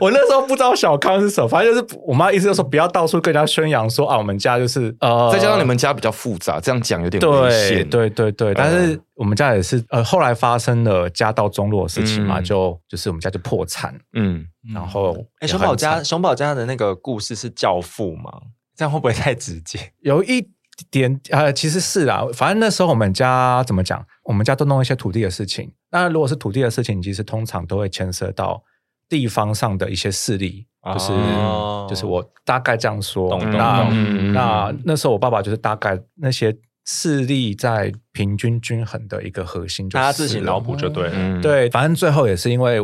我那时候不知道小康是什么，反正就是我妈意思就是说不要到处跟人家宣扬说啊，我们家就是呃，再加上你们家比较复杂，这样讲有点危对险。对对嗯对，但是我们家也是呃，后来发生了家道中落的事情嘛，嗯就就是我们家就破产，嗯，然后哎，也熊宝很惨家熊宝家的那个故事是教父吗？这样会不会太直接？有一点呃，其实是啦，反正那时候我们家怎么讲，我们家都弄一些土地的事情。那如果是土地的事情，其实通常都会牵涉到地方上的一些势力，就是、哦就是我大概这样说。懂懂那懂嗯那那时候我爸爸就是大概那些势力在平均均衡的一个核心就是大了，家自行脑补就对了。嗯，对，反正最后也是因为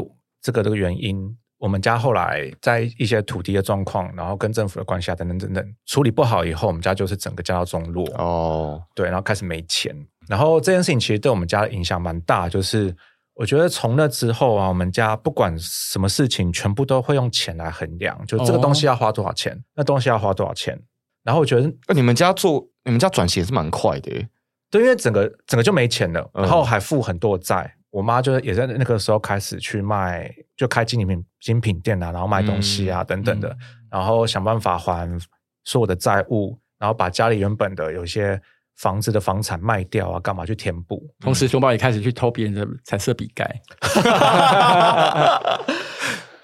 这个这个原因，我们家后来在一些土地的状况，然后跟政府的关系啊等等等等处理不好以后，我们家就是整个家道中落，哦，对，然后开始没钱，然后这件事情其实对我们家的影响蛮大，就是我觉得从那之后啊，我们家不管什么事情，全部都会用钱来衡量，就这个哦东西要花多少钱，那东西要花多少钱，然后我觉得那你们家做你们家转型也是蛮快的欸耶，对，因为整个整个就没钱了，嗯然后还负很多债。我妈就是也在那个时候开始去卖，就开精品精品店啊，然后卖东西啊、等等的，然后想办法还所有的债务，然后把家里原本的有一些房子的房产卖掉啊，干嘛去填补？同时，熊宝也开始去偷别人的彩色笔盖。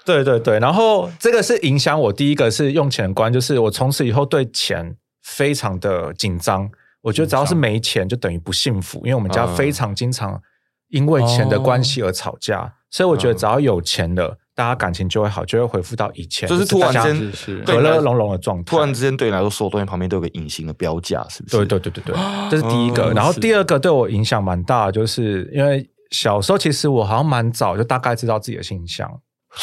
对对对，然后这个是影响我第一个是用钱观，就是我从此以后对钱非常的紧张。我觉得只要是没钱，就等于不幸福，因为我们家非常经常因为钱的关系而吵架，所以我觉得只要有钱的，大家感情就会好，就会恢复到以前，就是突然大家间是是对和乐融融的状态。突然之间对你来说，所有东西旁边都有个隐形的标价，是不是？对对对对对，这是第一个。哦然后是第二个对我影响蛮大的，就是因为小时候其实我好像蛮早就大概知道自己的 性向，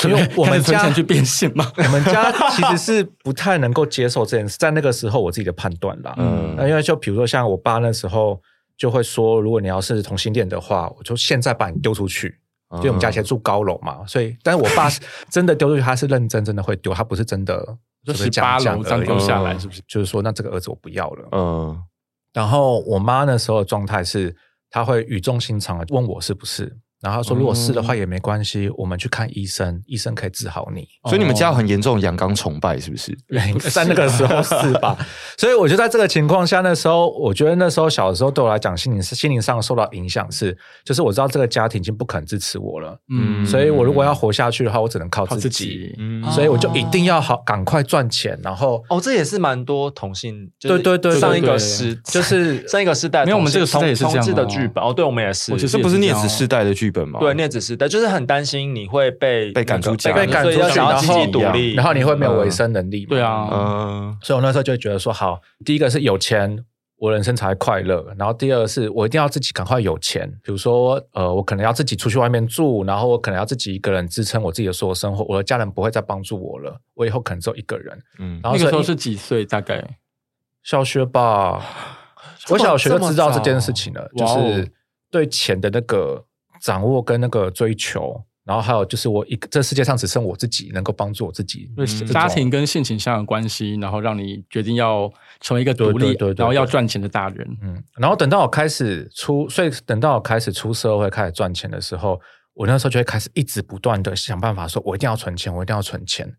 因为我们存家钱去变现嘛， 我们家其实是不太能够接受这件事，在那个时候我自己的判断啦。嗯那因为就比如说像我爸那时候就会说，如果你要是同性恋的话，我就现在把你丢出去。嗯就我们家以前住高楼嘛，所以但是我爸是真的丢出去，他是认真真的会丢，他不是真的嗯就随便十讲八讲楼这样而已丢下嗯来，是不是？就是说那这个儿子我不要了。嗯然后我妈那时候的状态是，她会语重心长的问我是不是，然后她说如果是嗯的话也没关系，我们去看医生，医生可以治好你。所以你们家有很严重的阳刚崇拜，是不是？在那个时候是吧？ 所以我就在这个情况下，那时候我觉得那时候小的时候对我来讲，心灵心灵上受到影响是，就是我知道这个家庭已经不肯支持我了，嗯所以我如果要活下去的话，我只能靠靠自己。自己，嗯所以我就一定要好，赶快赚钱，然后哦，这也是蛮多同性，就是对对对上一对个对时就是上一个时代没同性，有我们这个时代也是同这样同志的哦剧本哦，对，我们也是，我其实这也不是是这镊样子哦世代的剧本吗？对，镊子时代就是很担心你会被被赶那个出家被被赶啊所以出要去想要然经济后独立，然后你会没有维生能力嘛。对啊嗯，所以我那时候就会觉得说，好，第一个是有钱，我人生才会快乐；然后第二个是我一定要自己赶快有钱，比如说，呃，我可能要自己出去外面住，然后我可能要自己一个人支撑我自己的所有生活，我的家人不会再帮助我了，我以后可能只有一个人。嗯然那后个时所候以是几岁？大概小学吧， 我小学就知道这件事情了，这就么早哇哦是对钱的那个掌握跟那个追求。然后还有就是，我一个这世界上只剩我自己能够帮助我自己，对嗯家庭跟性倾向的关系，然后让你决定要成为一个独对对立对对，然后要对赚钱的大人。嗯，然后等到我开始出，所以等到我开始出社会开始赚钱的时候，我那时候就会开始一直不断的想办法，说我一定要存钱，我一定要存钱。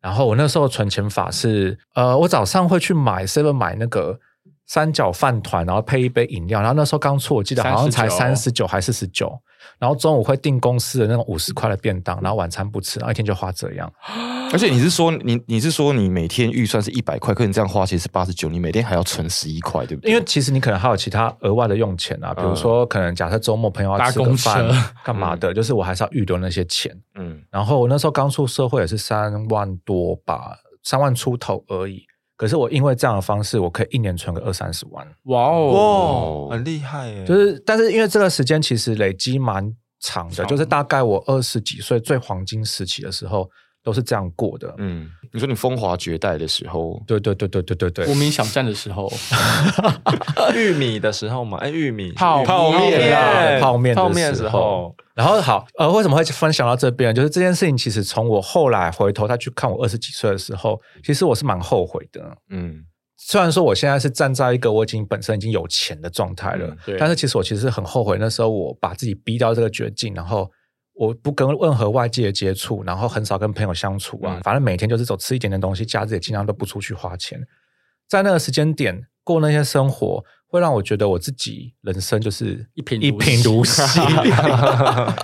然后我那时候存钱法是，呃，我早上会去买 seven 买那个三角饭团，然后配一杯饮料。然后那时候刚出，我记得好像才三十九还是十九。然后中午会订公司的那种五十块的便当，然后晚餐不吃，然后一天就花这样。而且你是说你你是说你每天预算是一百块，可你这样花其实是八十九，你每天还要存十一块，对不对？因为其实你可能还有其他额外的用钱啊，比如说可能假设周末朋友要吃搭个公车饭干嘛的，就是我还是要预留那些钱。嗯然后我那时候刚出社会也是三万多吧，三万出头而已。可是我因为这样的方式，我可以一年存个二三十万，哇哦，哇，很厉害耶，就是但是因为这个时间其实累积蛮长的，长就是大概我二十几岁最黄金时期的时候都是这样过的。嗯，你说你风华绝代的时候，对对对对对对对无，名小站的时候， 玉米的时候嘛，哎，玉米泡泡面啊泡面的泡面的时时候候，然后好，呃，为什么会分享到这边？就是这件事情，其实从我后来回头再去看我二十几岁的时候，其实我是蛮后悔的。嗯虽然说我现在是站在一个我已经本身已经有钱的状态了，嗯对但是其实我其实很后悔那时候我把自己逼到这个绝境，然后我不跟任何外界的接触，然后很少跟朋友相处啊，嗯反正每天就是走吃一点点东西，假日也尽量都不出去花钱。在那个时间点过那些生活，会让我觉得我自己人生就是一贫一如贫洗如洗。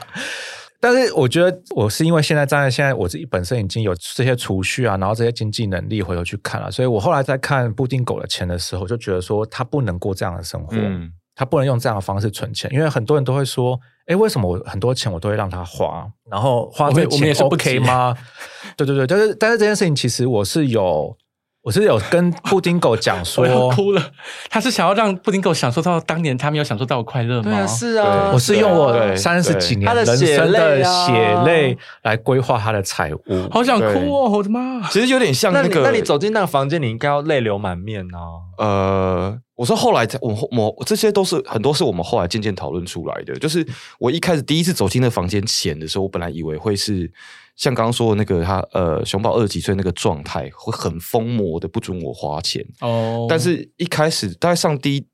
但是我觉得我是因为现在站在现在我自己本身已经有这些储蓄啊，然后这些经济能力回头去看了、所以我后来在看布丁狗的钱的时候，就觉得说他不能过这样的生活，嗯他不能用这样的方式存钱，因为很多人都会说，哎，为什么我很多钱我都会让他花，然后花我们这我们钱也是不 OK 急吗？ 对对对，但是但是这件事情其实我是有。我是有跟布丁狗讲 说，我要哭了。他是想要让布丁狗享受到当年他没有享受到的快乐对啊，吗？是啊，我是用我对三十几年他的人血生的泪啊血泪来规划他的财务。好想哭哦！我的妈！其实有点像那那你个，那你走进那个房间，你应该要泪流满面哦。呃，我说后来才我后我这些都是很多是我们后来渐渐讨论出来的。就是我一开始第一次走进那房间前的时候，我本来以为会是像刚刚说的那个他呃熊宝二十几岁那个状态，会很疯魔的不准我花钱。哦，但是一开始大概上第一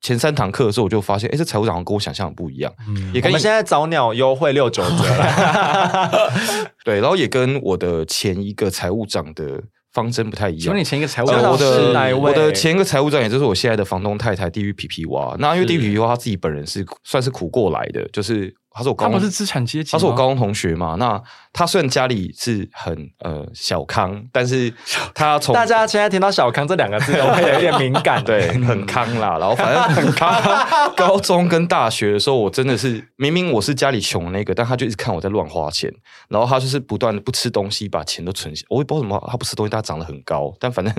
前三堂课的时候，我就发现，哎、这财务长跟我想象的不一样，嗯也我跟哦们现在早鸟优惠六九折啦，对，然后也跟我的前一个财务长的方针不太一请样问。你前一个财务我呃想我是哪一的位我的前一个财务长，也就是我现在的房东太太地狱皮皮蛙。那因为呃是地狱皮皮蛙她自己本人是算是苦过来的，就是他是我高他中不是资产阶级他吗，是我高中同学嘛。那他虽然家里是很呃小康，但是他从大家现在听到“小康”这两个字，都会有一点敏 感。对，很康啦，然后反正很康。 高中跟大学的时候，我真的是明明我是家里穷的那个，但他就一直看我在乱花钱，然后他就是不断的不吃东西，把钱都存下。我也不知道为什么，他不吃东西，但他长得很高，但反正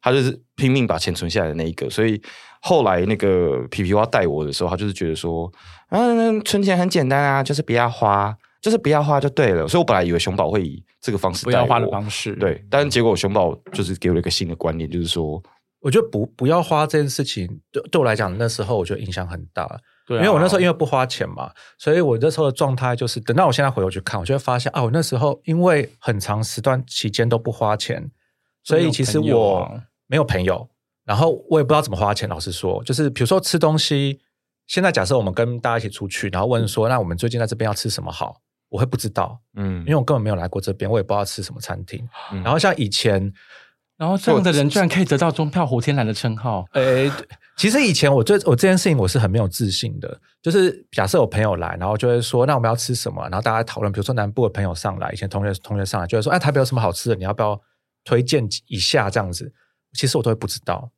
他就是拼命把钱存下来的那一个。所以后来那个皮皮蛙带我的时候，他就是觉得说，嗯，存钱很简单啊，就是不要花，就是不要花就对了。所以我本来以为熊宝会以这个方式不要带花的我方式，嗯对，但是结果熊宝就是给我了一个新的观念，就是说。我觉得不不要花这件事情，对对我来讲，那时候我觉得影响很大。对啊，因为我那时候因为不花钱嘛，所以我那时候的状态就是，等到我现在回头去看，我就会发现啊，我那时候因为很长时段期间都不花钱，所以其实没有朋友我啊没有朋友，然后我也不知道怎么花钱。老实说，就是比如说吃东西，现在假设我们跟大家一起出去，然后问说，那我们最近在这边要吃什么好？我会不知道，嗯，因为我根本没有来过这边，我也不知道吃什么餐厅。嗯然后像以前，然后这样的人居然可以得到中票胡天蓝的称号，呃，其实以前我对我这件事情我是很没有自信的，就是假设我朋友来，然后就会说，那我们要吃什么？然后大家讨论，比如说南部的朋友上来，以前同学同学上来就会说，哎，台北有什么好吃的？你要不要推荐一下？这样子，其实我都会不知道，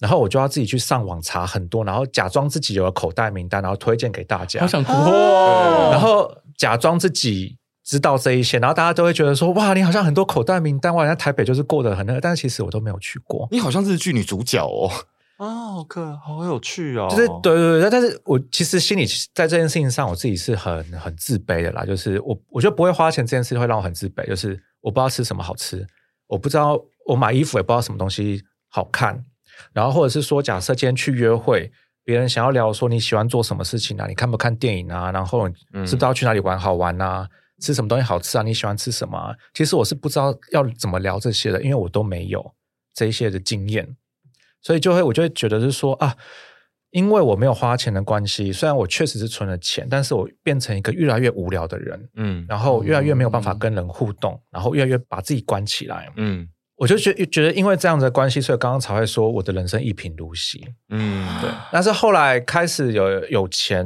然后我就要自己去上网查很多，然后假装自己有个口袋名单，然后推荐给大家好，想哭。哦然后假装自己。知道这一些，然后大家都会觉得说：“哇，你好像很多口袋名单，哇，人家台北就是过得很那个。”但是其实我都没有去过。你好像日剧女主角哦，啊，好可好有趣哦，就是对对对，但是我其实心里在这件事情上，我自己是很很自卑的啦。就是我我觉得不会花钱这件事会让我很自卑，就是我不知道吃什么好吃，我不知道我买衣服也不知道什么东西好看，然后或者是说，假设今天去约会，别人想要聊说你喜欢做什么事情啊，你看不看电影啊，然后你嗯知不知道去哪里玩好玩啊，吃什么东西好吃啊，你喜欢吃什么、啊？其实我是不知道要怎么聊这些的，因为我都没有这一些的经验。所以就会我就会觉得是说啊，因为我没有花钱的关系，虽然我确实是存了钱，但是我变成一个越来越无聊的人，嗯然后越来越没有办法跟人互动，然后越来越把自己关起来。嗯我就觉觉得因为这样子的关系，所以刚刚才会说我的人生一贫如洗。嗯，对，但是后来开始有有钱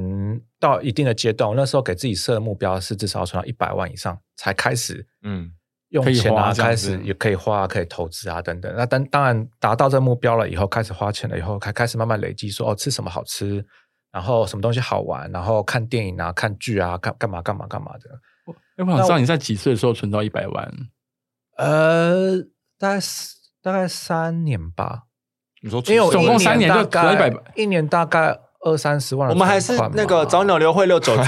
到一定的阶段，我那时候给自己设的目标是至少要存到一百万以上，才开始嗯用可以钱啊，花这样开子始也可以花啊，可以投资啊，等等。那当当然达到这目标了以后，开始花钱了以后，开开始慢慢累积说，哦，吃什么好吃，然后什么东西好玩，然后看电影啊，看剧啊，干干嘛干嘛干嘛的。哎，我想知道你在几岁的时候存到一百万？呃，大概是大概三年吧，你说因为我总共三年就大概存100一年大概二三十万的存款嘛。我们还是那个早鸟流会六九折，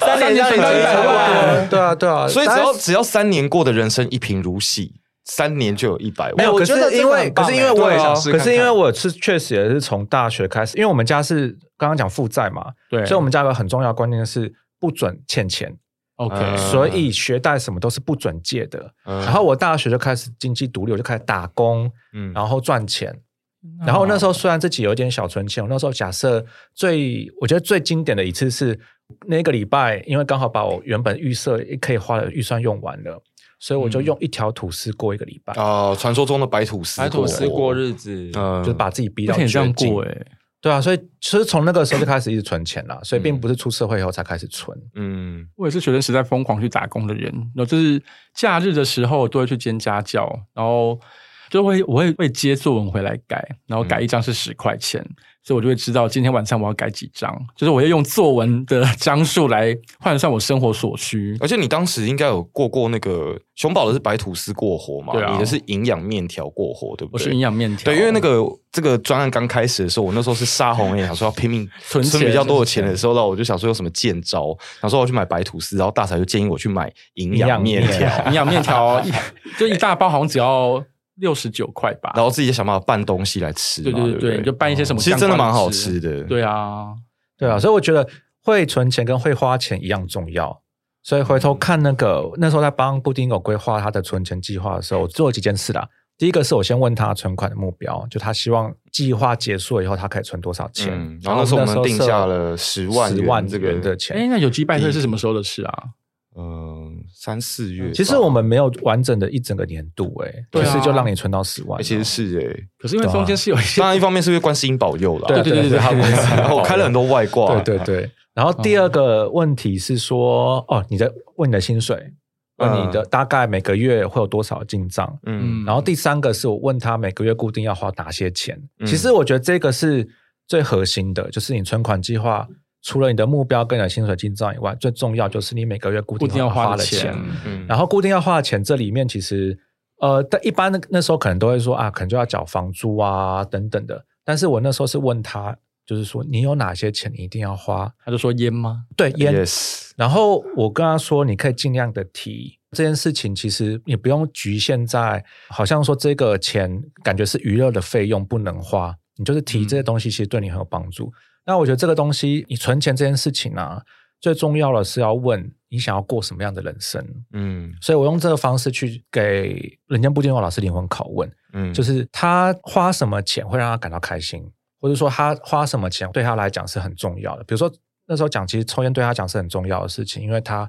三年让你三一年百省万。对啊对啊，所以大只概要是只要三年过的人生一贫如洗，三年就有一百万，没有，我可哦觉得是这因个为很可棒是欸因为对我我也也想试可看是因为看我是确实也是从大学开始，因为我们家是刚刚讲负债嘛，对，所以我们家有个很重要的观念是不准欠钱， OK，嗯所以学贷什么都是不准借的。然后我大学就开始经济独立，我就开始打工，嗯然后赚钱。然后那时候虽然自己有一点小存钱，我那时候假设最我觉得最经典的一次是那个礼拜，因为刚好把我原本预设可以花的预算用完了，所以我就用一条吐司过一个礼拜，哦，传说中的白吐司，白吐司过，日子，嗯，就是把自己逼不到可以这样绝境欸过。哎，对啊，所以其实从那个时候就开始一直存钱了，所以并不是出社会以后才开始存。嗯我也是学生时代疯狂去打工的人，然后就是假日的时候都会去兼家教，然后就会我会为接作文回来改，然后嗯改一张是十块钱，所以我就会知道今天晚上我要改几张，就是我要用作文的张数来换算我生活所需。而且你当时应该有过过那个熊宝的是白吐司过活嘛，对啊你的是营养面条过活，对不我对？是营养面条，对，因为那个这个专案刚开始的时候，我那时候是杀红眼，想说要拼命存钱存比较多的钱的时候，那我就想说有什么贱招，想说我去买白吐司，然后大才就建议我去买营养面营养条面，营养面条一就一大包，好像只要六十九块吧。 然后自己想办法拌东西来吃嘛，对对对对不对你就拌一些什么其实酱真的罐蛮好吃吃的，对啊，对嗯啊，所以我觉得会存钱跟会花钱一样重要。所以回头看那个、那时候在帮布丁狗规划他的存钱计划的时候，我做了几件事啦。第一个是我先问他存款的目标，就他希望计划结束以后他可以存多少钱。嗯然后那时候我们定下了10万十万元这个元的哎、钱。那有机拜会是什么时候的事啊？嗯，三四月吧。其实我们没有完整的一整个年度、哎，对可啊是就让你存到十万了，哎其实是哎，可是因为中间是有一些当然一方面是因为观世音保佑啦，啊 对啊对对对对还有观世音对对 对我开了很多外挂，对对对。 然后第二个问题是说，哦，你的问你的薪水，问你的大概每个月会有多少进账，嗯，然后第三个是我问他每个月固定要花哪些钱。嗯其实我觉得这个是最核心的，就是你存款计划除了你的目标跟你的薪水进账以外，最重要就是你每个月 固固定要花花的的钱钱。嗯然后固定要花的钱，这里面其实呃，但一般那那时候可能都会说啊，可能就要缴房租啊等等的。但是我那时候是问他，就是说你有哪些钱你一定要花？他就说烟吗？对烟。 yes，然后我跟他说，你可以尽量的提这件事情，其实也不用局限在好像说这个钱感觉是娱乐的费用不能花，你就是提这些东西，其实对你很有帮助。那我觉得这个东西，你存钱这件事情啊，最重要的是要问你想要过什么样的人生。嗯所以我用这个方式去给人间不金融老师灵魂拷问，嗯，就是他花什么钱会让他感到开心，或者说他花什么钱对他来讲是很重要的。比如说那时候讲，其实抽烟对他讲是很重要的事情，因为他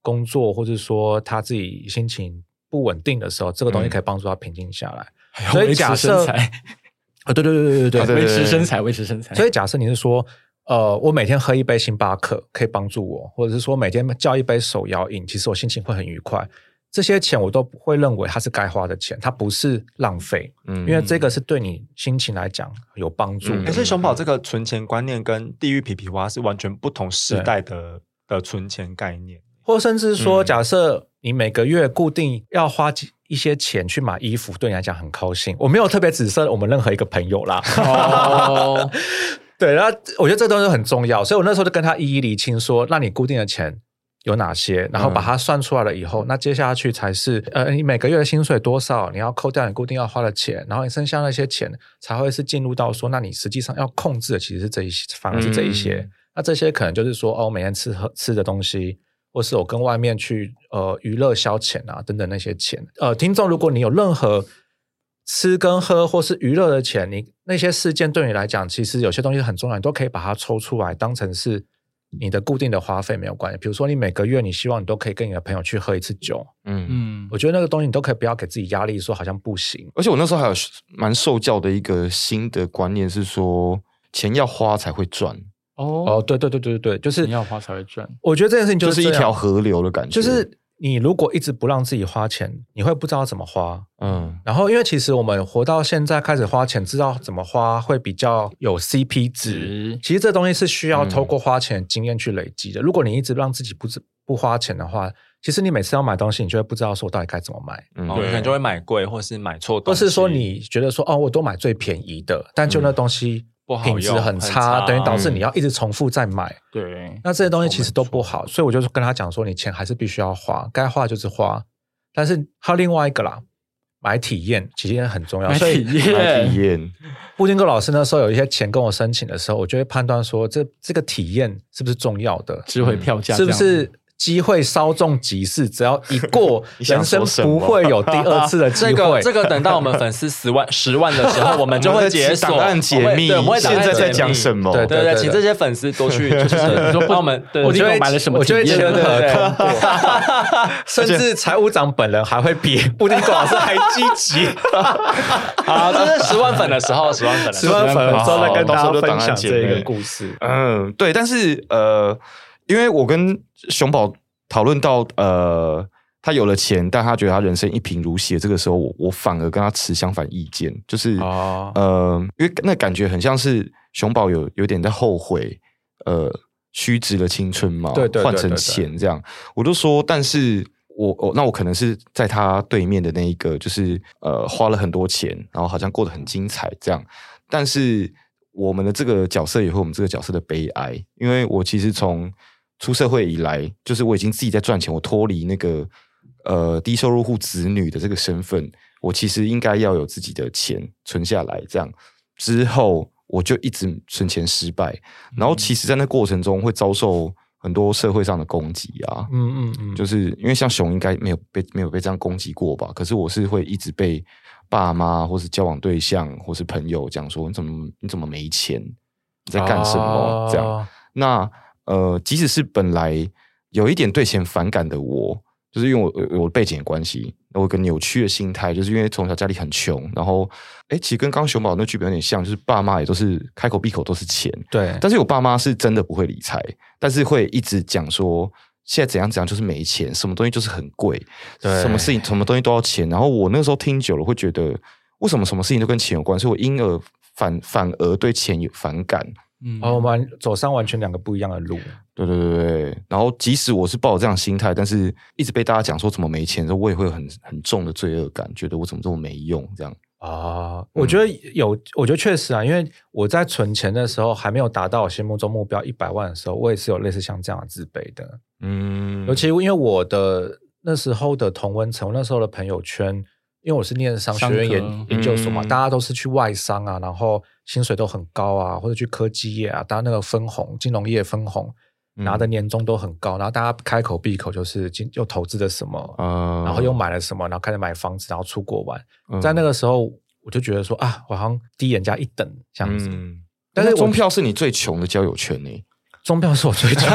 工作或者说他自己心情不稳定的时候，这个东西嗯可以帮助他平静下来。还所有以维持假身设材， 啊、对对对对对对啊对维持身材，维持身材。所以假设你是说，呃，我每天喝一杯星巴克可以帮助我，或者是说每天叫一杯手摇饮，其实我心情会很愉快。这些钱我都不会认为它是该花的钱，它不是浪费，因因为这个是对你心情来讲有帮助嗯的。可是熊宝这个存钱观念跟地狱皮皮蛙是完全不同时代的的存钱概念。或甚至说，嗯假设你每个月固定要花几一些钱去买衣服，对你来讲很高兴。我没有特别指涉我们任何一个朋友啦。 哦，对，然后我觉得这东西很重要，所以我那时候就跟他一一理清说，那你固定的钱有哪些，然后嗯把它算出来了以后，那接下去才是呃，你每个月的薪水多少，你要扣掉你固定要花的钱，然后你剩下那些钱才会是进入到说，那你实际上要控制的其实是这一些，反而是这一些。嗯那这些可能就是说，哦，我每天吃喝吃的东西，或是我跟外面去呃娱乐消遣啊等等那些钱。呃，听众，如果你有任何吃跟喝或是娱乐的钱，你那些事件对你来讲，其实有些东西很重要，你都可以把它抽出来当成是你的固定的花费，没有关系。比如说，你每个月你希望你都可以跟你的朋友去喝一次酒，嗯。嗯，我觉得那个东西你都可以不要给自己压力，说好像不行。而且我那时候还有蛮受教的一个新的观念是说，钱要花才会赚，哦，哦，对对对对对，就是你要花才会赚。我觉得这件事情就就是一这样条河流的感觉，就是你如果一直不让自己花钱，你会不知道怎么花。嗯然后，因为其实我们活到现在开始花钱，知道怎么花会比较有 CP 值嗯值。其实这东西是需要透过花钱的经验去累积的。如果你一直让自己不知不花钱的话，其实你每次要买东西，你就会不知道说我到底该怎么买，嗯哦，你可能就会买贵，或是买错或东西，是说你觉得说哦，我都买最便宜的，但就那东西嗯不好品质用很很差，差等于导致嗯你要一直重复再买。对，那这些东西其实都不好，所以我就跟他讲说，你钱还是必须要花，该花就是花。但是还有另外一个啦，买体验，体验很重要。买啊所体以来体验，验，布丁哥老师那时候有一些钱跟我申请的时候，我就会判断说，这这个体验是不是重要的，值回票价，是不是？机会稍纵即逝，只要一过， 你想人生说什么不会有第二次 的机这会。个这个等到我们粉丝十万十万的时候，我们就会解锁档案解密我们会对，我们会档现案在解在密讲什么？对对对，请这些粉丝多去，就是说帮我们，对我我觉就得会买了什么我就会体验签对对合对同过，甚至财务长本人还会比 布丁狗老师还积极。好，这是十万粉的时候，十万粉的时十候。万粉之后再哦跟好到大家时候就档分案享解这密个故 事。嗯，对，但是呃，因为我跟熊宝讨论到呃，他有了钱，但他觉得他人生一贫如洗，这个时候我我反而跟他持相反意见，就是、哦呃，因为那感觉很像是熊宝有有点在后悔，呃，虚掷了青春嘛，对对对换成对对钱这样，我就说，但是。我我那我可能是在他对面的那一个，就是呃花了很多钱，然后好像过得很精彩这样，但是我们的这个角色也会我们这个角色的悲哀，因为我其实从出社会以来，就是我已经自己在赚钱，我脱离那个呃低收入户子女的这个身份，我其实应该要有自己的钱存下来，这样之后我就一直存钱失败，然后其实，在那过程中会遭受很多社会上的攻击啊，嗯嗯嗯，就是因为像熊应该没有被没有被这样攻击过吧？可是我是会一直被爸妈或是交往对象或是朋友讲说你怎么你怎么没钱，你在干什么、这样。哦那呃，即使是本来有一点对钱反感的我，就是因为我我我的背景的关系，我有个扭曲的心态，就是因为从小家里很穷，然后哎，其实跟刚熊宝那剧本有点像，就是爸妈也都是开口闭口都是钱，对，但是我爸妈是真的不会理财，但是会一直讲说现在怎样怎样就是没钱，什么东西就是很贵，对什么事情什么东西都要钱。然后我那时候听久了会觉得，为什么什么事情都跟钱有关？所以我因而反反而对钱有反感。嗯哦，我们走上完全两个不一样的路，对对对对，然后即使我是抱着这样的心态，但是一直被大家讲说怎么没钱的时候，我也会有很很重的罪恶感，觉得我怎么这么没用这样。啊，嗯我觉得有，我觉得确实啊，因为我在存钱的时候还没有达到我心目中目标一百万的时候，我也是有类似像这样的自卑的。嗯尤其因为我的那时候的同温层，我那时候的朋友圈，因为我是念商学院商研科研究所嘛，嗯大家都是去外商啊，然后薪水都很高啊，或者去科技业啊，大家那个分红，金融业分红。嗯拿的年终都很高，然后大家开口闭口就是今又投资了什么，啊然后嗯又买了什么，然后开始买房子，然后出国玩。嗯在那个时候，我就觉得说啊，我好像低人家一等这样子。 嗯但但是是我中票是你最穷的交友圈呢、中票是我最穷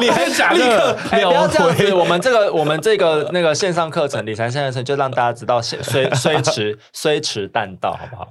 你真的假 的立刻哎不要这样秒子，回我们这个我们这个那个线上课程，理财线上课程就让大家知道虽虽虽迟 虽迟但到，好不好？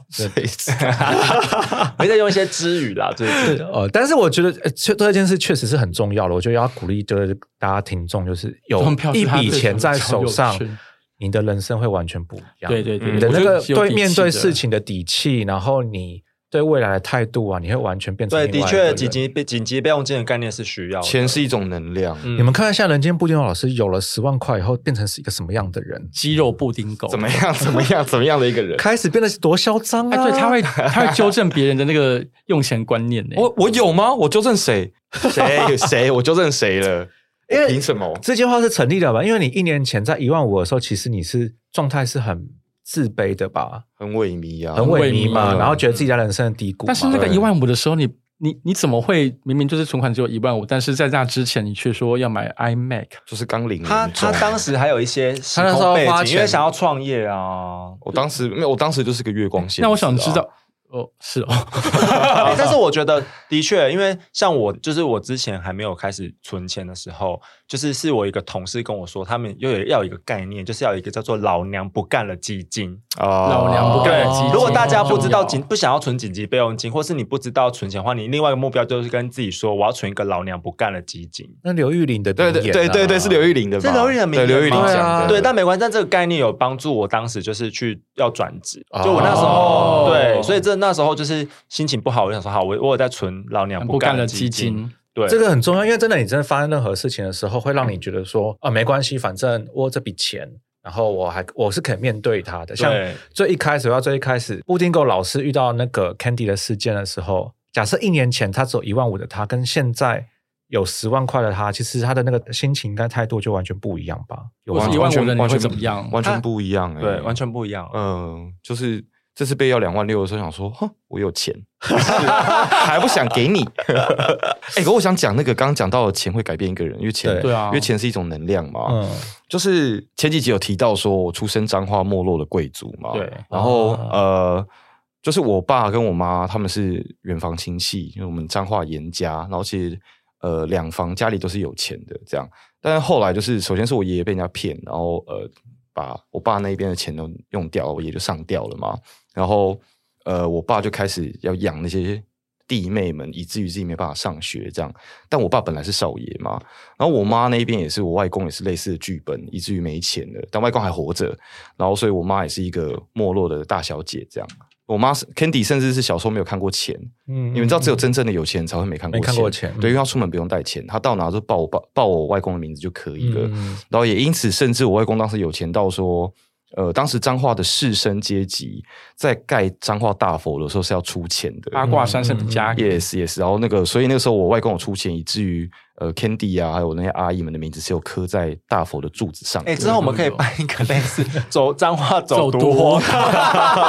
没在用一些之语啦，就是 哦的， 呃，但是我觉得呃确这件事确实是很重要的。我觉得要鼓励就是大家听众，就是有中票一是他笔最钱穷在的交手友上圈，你的人生会完全不一样。对对对，嗯你我的觉那得个是有对底面气对的事情的底气，然后你对未来的态度啊，你会完全变成对，另的外一个确，人紧急备紧急备用金的概念是需 要的钱是一种能量，嗯你们看一下《人间布丁狗老师》有了十万块以后，变成是一个什么样的人？肌肉布丁狗怎么？样？怎么样？怎么样的一个人？开始变得多嚣张哎，啊！对，他会他会纠正别人的那个用钱观念呢。我我有吗？我纠正谁？谁谁？我纠正谁了？因为凭什么？这句话是成立的吧？因为你一年前在一万五的时候，其实你是状态是很自卑的吧，很萎靡啊！很萎靡嘛，嗯然后觉得自己在人生的低谷嘛。但是那个对一万五的时候，你你你怎么会明明就是存款只有一万五，但是在那之前你却说要买 iMac？就是刚领他年终他当时还有一些时他那时候空背花景，因为钱想要创业啊。我当时没有，我当时就是个月光仙子啊。那我想知道，哦，是哦，欸但是我觉得的确，因为像我，就是我之前还没有开始存钱的时候，就是是我一个同事跟我说，他们又有要有一个概念，就是要有一个叫做“老娘不干了”基金。啊，老娘不干对了基金，如果大家不知道很重紧要不想要存紧急备用金，或是你不知道存钱的话，你另外一个目标就是跟自己说，我要存一个“老娘不干了”基金。那刘玉玲的啊对对对对对，是刘玉玲的吧，是刘玉玲的名对言刘玉玲吗讲的，对，但没关系，但这个概念有帮助我当时就是去要转职，就我那时候、哦对，所以这那时候就是心情不好，我想说好，我我有在存老娘不干干了了基金，金，对，这个很重要，因为真的，你真的发生任何事情的时候，会让你觉得说啊，没关系，反正我有这笔钱，然后我还我是可以面对它的。像对最一开始，我要最一开始，布丁狗老师遇到那个 Candy 的事件的时候，假设一年前他只有一万五的他，跟现在有十万块的他，其实他的那个心情跟态度就完全不一样吧？有我吗是完一万全五的你完全会怎么样完全不一样，哎对，完。全不一样。嗯，就是这次被要两万六的时候，想说，哼，我有钱，还不想给你。哎、可我想讲那个刚刚讲到的钱会改变一个人，因为钱，对对啊因为钱是一种能量嘛。嗯，就是前几集有提到说我出身彰化没落的贵族嘛，对然后、啊呃，就是我爸跟我妈他们是远房亲戚，因为我们彰化严家，然后其实呃两房家里都是有钱的这样，但是后来就是首先是我爷爷被人家骗，然后呃把我爸那边的钱都用掉，我爷就上吊了嘛，然后呃我爸就开始要养那些。弟妹们，以至于自己没办法上学，这样。但我爸本来是少爷嘛，然后我妈那边也是，我外公也是类似的剧本，以至于没钱了。但外公还活着，然后所以我妈也是一个没落的大小姐这样。我妈是 Candy，甚至是小时候没有看过钱。嗯你们知道，只有真正的有钱人才会没看过没看过钱对，因为她出门不用带钱，她到哪都报我报报我外公的名字就可以了。嗯然后也因此，甚至我外公当时有钱到说，呃，当时彰化的士绅阶级在盖彰化大佛的时候是要出钱的，嗯八卦山是你家， Yes, yes。然后那个，所以那个时候我外公有出钱，以至于呃 Candy 啊，还有那些阿姨们的名字是有刻在大佛的柱子上。，哎，之后我们可以办一个类似走脏话走走读读活活动，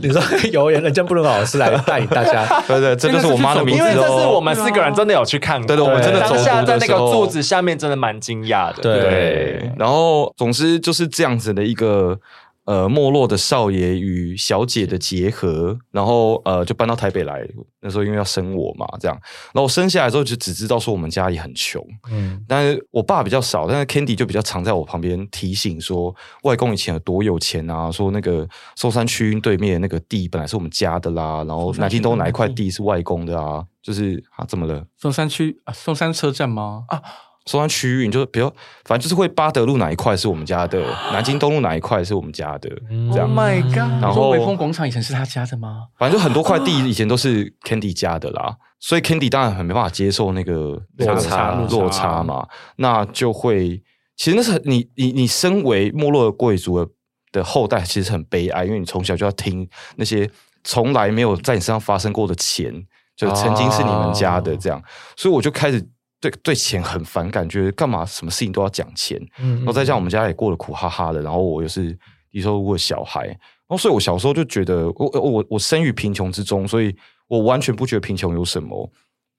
你说由人家布丁狗老师来带领大家对对，这就是我妈的名因字为这是我哦。们四个人真的有去看过，对对我们真的走当读下在的那个时候柱子下面真的蛮惊讶的，对对，然后总之就是这样子的一个呃没落的少爷与小姐的结合，然后呃就搬到台北来。那时候因为要生我嘛，这样，然后我生下来之后就只知道说我们家里很穷，嗯，但是我爸比较少，但是 Candy 就比较常在我旁边提醒说，外公以前有多有钱啊，说那个寿山区运对面那个地本来是我们家的啦，然后南京东哪一块地是外公的啊，就是啊怎么了？松山区啊，松山车站吗？啊，寿山区域，你就比如反正就是会八德路哪一块是我们家的，南京东路哪一块是我们家的，嗯这样 Oh my god！然你后说微风广场以前是他家的吗？反正就很多块地以前都是 Candy 家的啦，所以 Candy 当然很没办法接受那个落差落落差差落差嘛，那就会其实那是很你你你身为没落的贵族的的后代，其实很悲哀，因为你从小就要听那些从来没有在你身上发生过的钱，就曾经是你们家的这样，所以我就开始对对钱很反感，觉得干嘛什么事情都要讲钱，嗯然后再加上我们家也过得苦哈哈的，然后我又是低收入的小孩，然后所以我小时候就觉得我我我我生于贫穷之中，所以我完全不觉得贫穷有什么。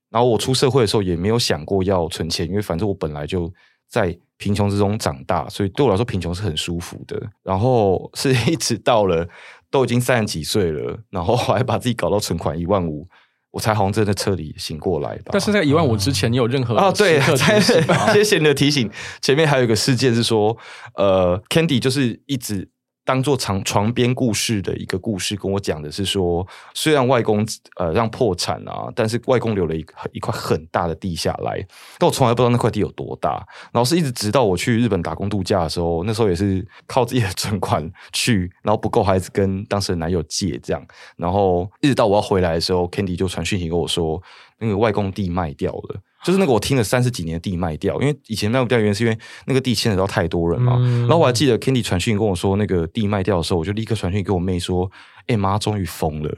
然后我出社会的时候也没有想过要存钱，因为反正我本来就在贫穷之中长大，所以对我来说贫穷是很舒服的。然后是 一直到了都已经三十几岁了，然后还把自己搞到存款一万五，我才好像真的彻底醒过来吧。但是在一万五之前，你有任何啊，对，时刻在 提醒啊吗谢谢你的提醒。前面还有一个事件是说，呃，Candy 就是一直当做床床边故事的一个故事跟我讲的是说，虽然外公呃让破产啊，但是外公留了一个一块很大的地下来，但我从来不知道那块地有多大。然后是一直直到我去日本打工度假的时候，那时候也是靠自己的存款去，然后不够还是跟当时的男友借这样。然后一直到我要回来的时候，Candy 就传讯息跟我说，那个外公地卖掉了，就是那个我听了三十几年的地卖掉，因为以前卖不掉，原因是因为那个地牵扯到太多人嘛。嗯然后我还记得 Candy 传讯跟我说那个地卖掉的时候，我就立刻传讯给我妹说：“哎、妈，终于疯 了。”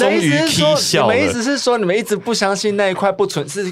终于踢笑你了们意思是说你们一直不相信那一块不存是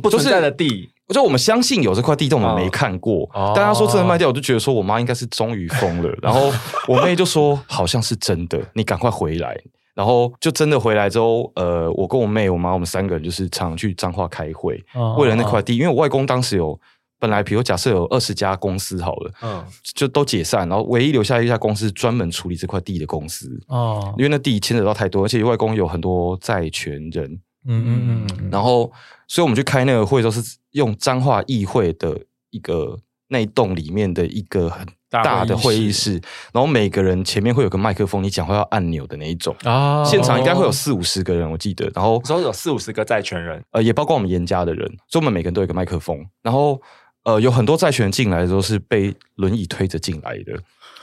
不存在的地？就我们相信有这块地，但我们没看过。哦但他说真的卖掉，我就觉得说我妈应该是终于疯了。然后我妹就说好像是真的，你赶快回来。然后就真的回来之后，呃，我跟我妹、我妈，我们三个人就是常去彰化开会，哦为了那块地，因为我外公当时有。本来，比如假设有二十家公司好了，嗯，就都解散，然后唯一留下一家公司是专门处理这块地的公司，哦，因为那地牵扯到太多，而且外公有很多债权人，嗯嗯嗯，然后，所以我们去开那个会，都是用彰化议会的一个那一栋里面的一个很大大的会会议议室，然后每个人前面会有个麦克风，你讲话要按钮的那一种。啊现场应该会有四五十个人，我记得，然后我说有四五十个债权人，呃，也包括我们严家的人，所以我们每个人都有一个麦克风。然后呃，有很多债权人进来的时候是被轮椅推着进来的，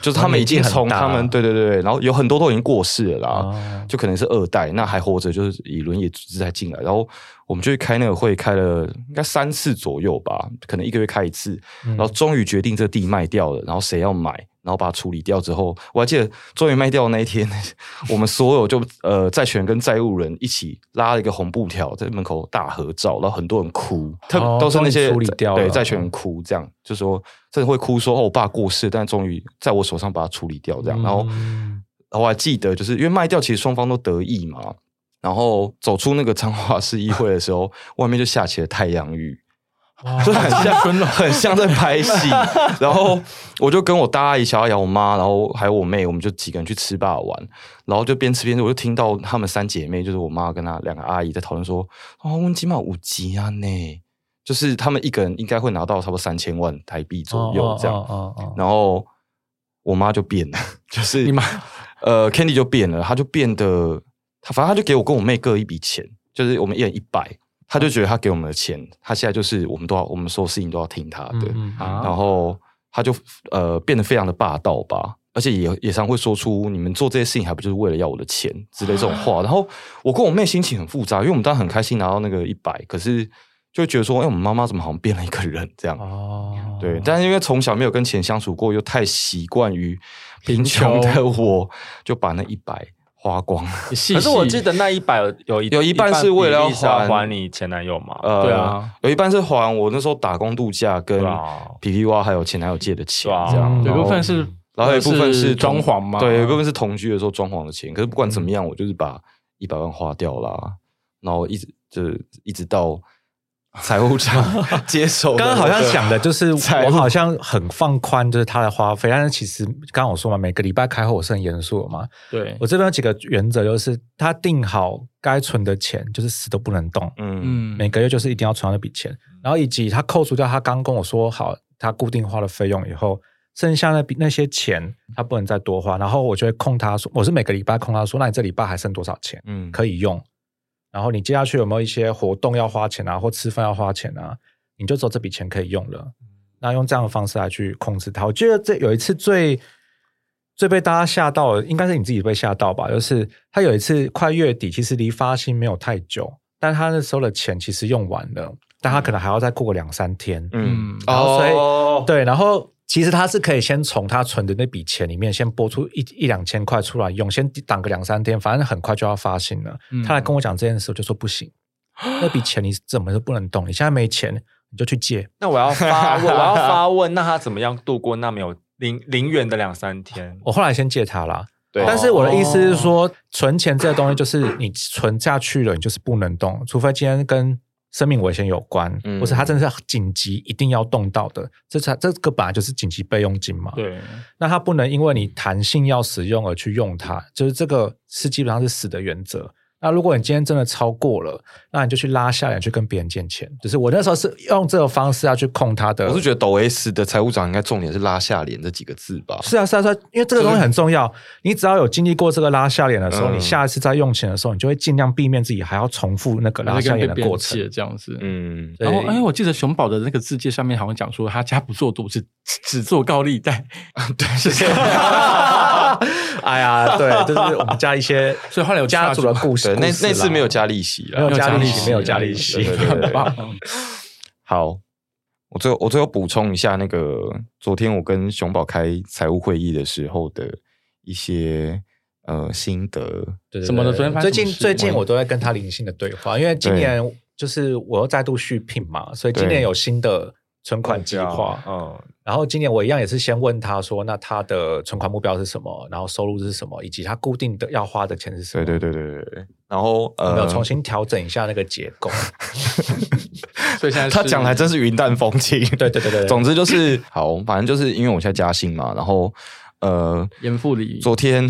就是他们已经从他年纪很大们对对对，对然后有很多都已经过世了啦，哦就可能是二代，那还活着就是以轮椅姿态进来。然后我们就去开那个会，开了应该三次左右吧，可能一个月开一次。嗯然后终于决定这地卖掉了，然后谁要买，然后把它处理掉之后，我还记得终于卖掉的那一天， 我们所有就呃债权人跟债务人一起拉了一个红布条在门口大合照，然后很多人 哭，特、哦都是那些终于处理掉了对债权人哭，这样就说甚至会哭说哦我爸过世，但终于在我手上把它处理掉这样，然后。嗯然后我还记得，就是因为卖掉，其实双方都得意嘛。然后走出那个彰化市议会的时候，外面就下起了太阳雨，就很像哦 很像在拍戏。 然后我就跟我大阿姨、小阿姨、我妈，然后还有我妹，我们就几个人去吃霸玩。然后就边吃边吃，我就听到她们三姐妹，就是我妈跟她两个阿姨在讨论说：“哦，温起码五级啊呢，就是她们一个人应该会拿到差不多三千万台币左右这样。哦哦哦然后我妈就变了， 就是你妈呃，Candy 就变了，她就变得，她反正她就给我跟我妹各一笔钱，就是我们一人一百，她就觉得她给我们的钱，她现在就是我们都要，我们所有事情都要听她的，嗯嗯啊然后她就呃变得非常的霸道吧。而且也也常会说出你们做这些事情还不就是为了要我的钱之类这种啊话。然后我跟我妹心情很复杂，因为我们当然很开心拿啊到那个一百，可是就会觉得说，哎、我们妈妈怎么好像变了一个人这啊样？哦对，但是因为从小没有跟钱相处过，又太习惯于贫穷贫的我，就把那一百花光。你细细可是我记得那一百有一有一半是为了要一半比例是要还还你前男友嘛？呃，对啊，有一半是还我那时候打工度假跟对啊皮皮蛙还有前男友借的钱，对啊这样。有然一后部分，是，呃然后有一部分是装同潢嘛，对，有一部分是同居的时候装潢的钱。可是不管怎嗯么样，我就是把一百万花掉啦，然后一直就是一直到财务长 接手的，刚刚好像 想的就是，财务我好像很放宽，就是他的花费，但是其实刚刚我说嘛，每个礼拜开会我是很严肃的嘛。对，我这边有几个原则，就是他定好该存的钱，就是死都不能动，嗯嗯，每个月就是一定要存到那笔钱，然后以及他扣除掉他刚跟我说好他固定花的费用以后。剩下那笔那些钱，他不能再多花，然后我就会控他说，我是每个礼拜控他说，那你这礼拜还剩多少钱？嗯可以用。然后你接下去有没有一些活动要花钱啊，或吃饭要花钱啊？你就只有这笔钱可以用了。那用这样的方式来去控制它，我记得这有一次最最被大家吓到的，应该是你自己被吓到吧？就是他有一次快月底，其实离发薪没有太久，但他那时候的钱其实用完了，但他可能还要再过个两三天。嗯，嗯，然后所以哦对，然后其实他是可以先从他存的那笔钱里面先拨出一一两千块出来用，先挡个两三天，反正很快就要发薪了。嗯他来跟我讲这件事，我就说不行，那笔钱你怎么都不能动，你现在没钱你就去借。那我要发问，我要发问，那他怎么样度过那没有零零元的两三天？我后来先借他啦。对但是我的意思是说，存钱这个东西就是你存下去了，你就是不能动，除非今天跟生命危险有关，嗯或是他真的是紧急一定要动到的，这才这个本来就是紧急备用金嘛。对，那它不能因为你弹性要使用而去用它，就是这个是基本上是死的原则。那如果你今天真的超过了，那你就去拉下来去跟别人借钱。就是我那时候是用这个方式要去控它的。我是觉得抖 S 的财务长应该重点是拉下脸这几个字吧。是啊是啊是啊，因为这个东西很重要。你只要有经历过这个拉下脸的时候，嗯你下一次再用钱的时候，你就会尽量避免自己还要重复那个然拉后就下跟脸别的别人过程。借这样子，嗯，然对后，哎，我记得熊宝的那个字界上面好像讲说，他家不做赌，只只做高利贷。对，是这 样。哎呀，对，就是我们家一些所以后来有家族的故事对，，那故事啦哦那次没有加利息没了有。加利息，没没有有加加利利息息，对对对很棒，好，我最后我最后补充一下，那个昨天我跟熊宝开财务会议的时候的一些呃心得。对对对什么的昨天发最生近什么事最近我都在跟他灵性的对话，因为今年就是我又再度续聘嘛，所以今年有新的存款计划。嗯，然后今年我一样也是先问他说，那他的存款目标是什么，然后收入是什么，以及他固定的要花的钱是什对么。对对对对对。然后有呃，没有重新调整一下那个结构？所以现在他讲的还这真是云淡风轻。对对对对对总之就是 好，反正就是因为我现在加薪嘛，然后呃，严复礼昨天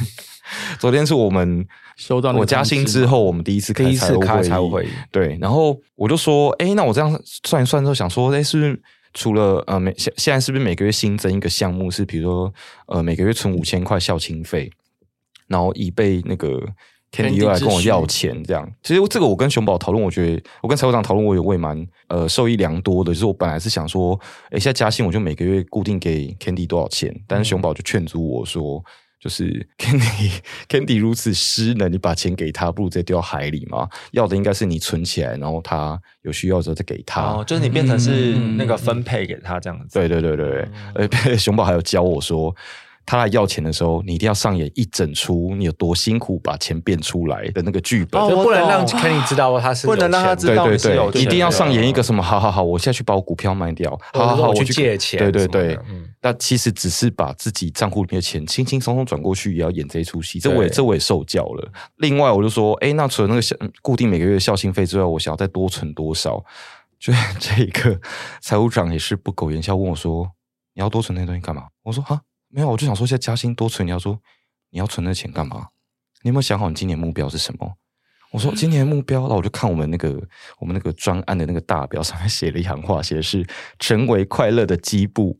昨天是我们收到那个我加薪通知之后，我们第一次第一次开财务会会议议，对，然后我就说，哎，那我这样算一算之后，想说，哎，是不是除了呃每现现在是不是每个月新增一个项目是，比如说呃每个月存五千块校庆费，然后以备那个 Candy Candy 又来之跟我需要钱这样。其实这个我跟熊宝讨论，我觉得我跟财务长讨论，我也我也蛮呃受益良多的。就是我本来是想说，哎，现在加薪我就每个月固定给 Candy 多少钱，但是熊宝就劝阻我说。就是 Candy Candy 如此失能，你把钱给他，不如直接丢到海里嘛。要的应该是你存起来，然后他有需要的时候再给他。哦，就是你变成是嗯那个分配给他这样子。对对对对对，而且 熊宝还有教我说，他来要钱的时候，你一定要上演一整出你有多辛苦把钱变出来的那个剧本。哦就不能让我懂 Kenny 知道他是不能让他有钱对的知道对你是有对，钱一定要的上演一个什么，好好好，我现在去把我股票卖掉，或好者好说好，我我去借钱对对什么的对嗯，那其实只是把自己账户里面的钱轻轻松松转过去，也要演这一出戏。这对我也这我也受教了。另外，我就说，哎，那除了那个校固定每个月的校庆费之外，我想要再多存多少？就这一个财务长也是不苟言笑，问我说：“你要多存那些东西干嘛？”我说：“哈，没有，我就想说现在加薪多存。”你要说你要存那钱干嘛？你有没有想好你今年目标是什么？我 说今年的目标，那我就看我们那个我们那个专案的那个大表上面写了一行话，写的是成为快乐的基部。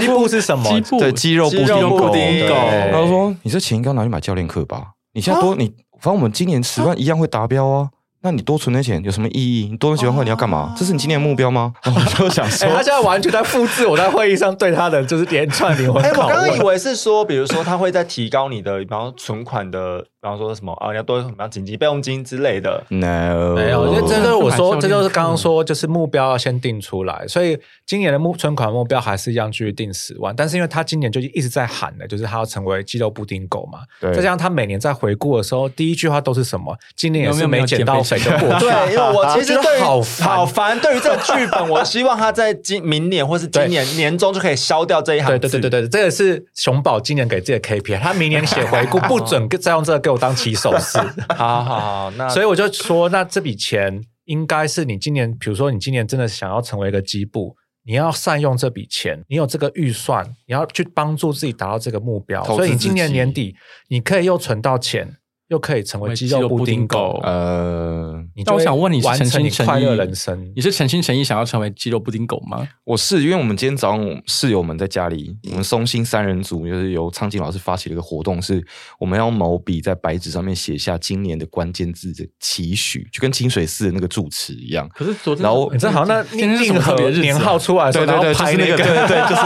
基部是什么？基部啊对肌肉肌肉布布丁丁狗狗。然后说：“你这钱应该拿去买教练课吧？你现在啊多、你，反正我们今年十万一样会达标啊。那你多存点钱有什么意义？你多存几万块你要干嘛？这是你今年的目标吗？”然后我就想说啊 哎，他现在完全在复制我在会议上对他的就是连串灵魂哎、拷问。我刚刚以为是说，比如说他会在提高你的，比方说存款的，比方说什么啊，你要多什么紧急备用金之类的。嗯：“No，没有，哦这这就是我说，买教练这就是刚刚说，就是目标要先定出来。所以今年的目存款目标还是一样继续定十万，但是因为他今年就一直在喊的，就是他要成为肌肉布丁狗嘛。对再加上他每年在回顾的时候，第一句话都是什么？今年也是有没有减到肥减就肥过去。对，因为我其实觉得对于好烦好烦。对于这个剧本，我希望他在今明年或是今年年中就可以消掉这一行对字。对对对对，这个是熊宝今年给自己的 KPI，他明年写回顾不准再用这个给我当起手式。 好好好，那所以我就说，那这笔钱应该是你今年，比如说你今年真的想要成为一个基部，你要善用这笔钱，你有这个预算，你要去帮助自己达到这个目标。投资所以你今年自己年底，你可以又存到钱，又可以成为为肌肌肉肉布布丁丁狗狗。呃，你但我就会想问你是完诚成心你诚快乐意人生你。是诚心诚意想要成为肌肉布丁狗吗？我是因为我们今天早上我们室友们在家里，我们松兴三人组就是由苍井老师发起了一个活动，是我们要用毛笔在白纸上面写下今年的关键字的期许，就跟清水寺的那个住持一样。可是昨天然后你这好像那今天是什硬么特核别日子啊年号出来的时候，对对对，然后就拍是那个个，对对对，就是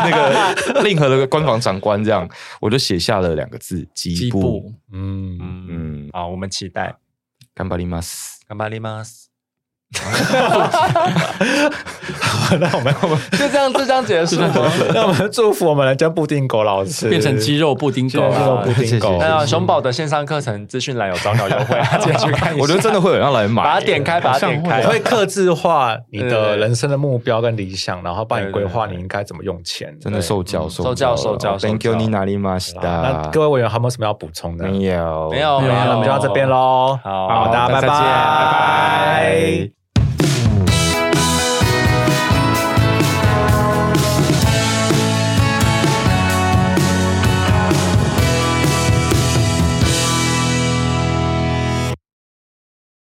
那个 令和的官房长官这样，我就写下了两个字“几吉布步，嗯，嗯，嗯，好，我们期待。干巴利马斯。干巴利吗？就那我们我们这样，就这样结束吗。 那我们祝福我们的江布丁狗老师变成肌肉布丁狗啊对肌肉了布。丁狗。那啊熊宝的线上课程资讯栏有早鸟优惠，记得去看一下。我觉得真的会有人要来买，把它点开，把它点开我。会克制化你的对人生的目标跟理想，然后帮你规划对对对你应该怎么用钱。真的对受教，哦嗯受教受教受 Thank you，教你哪里马西好啦达那？各位委员还有没有什么要补充的？没有，没有，好没那有，我们就到这边。喽。好好，大家再拜见拜，拜拜。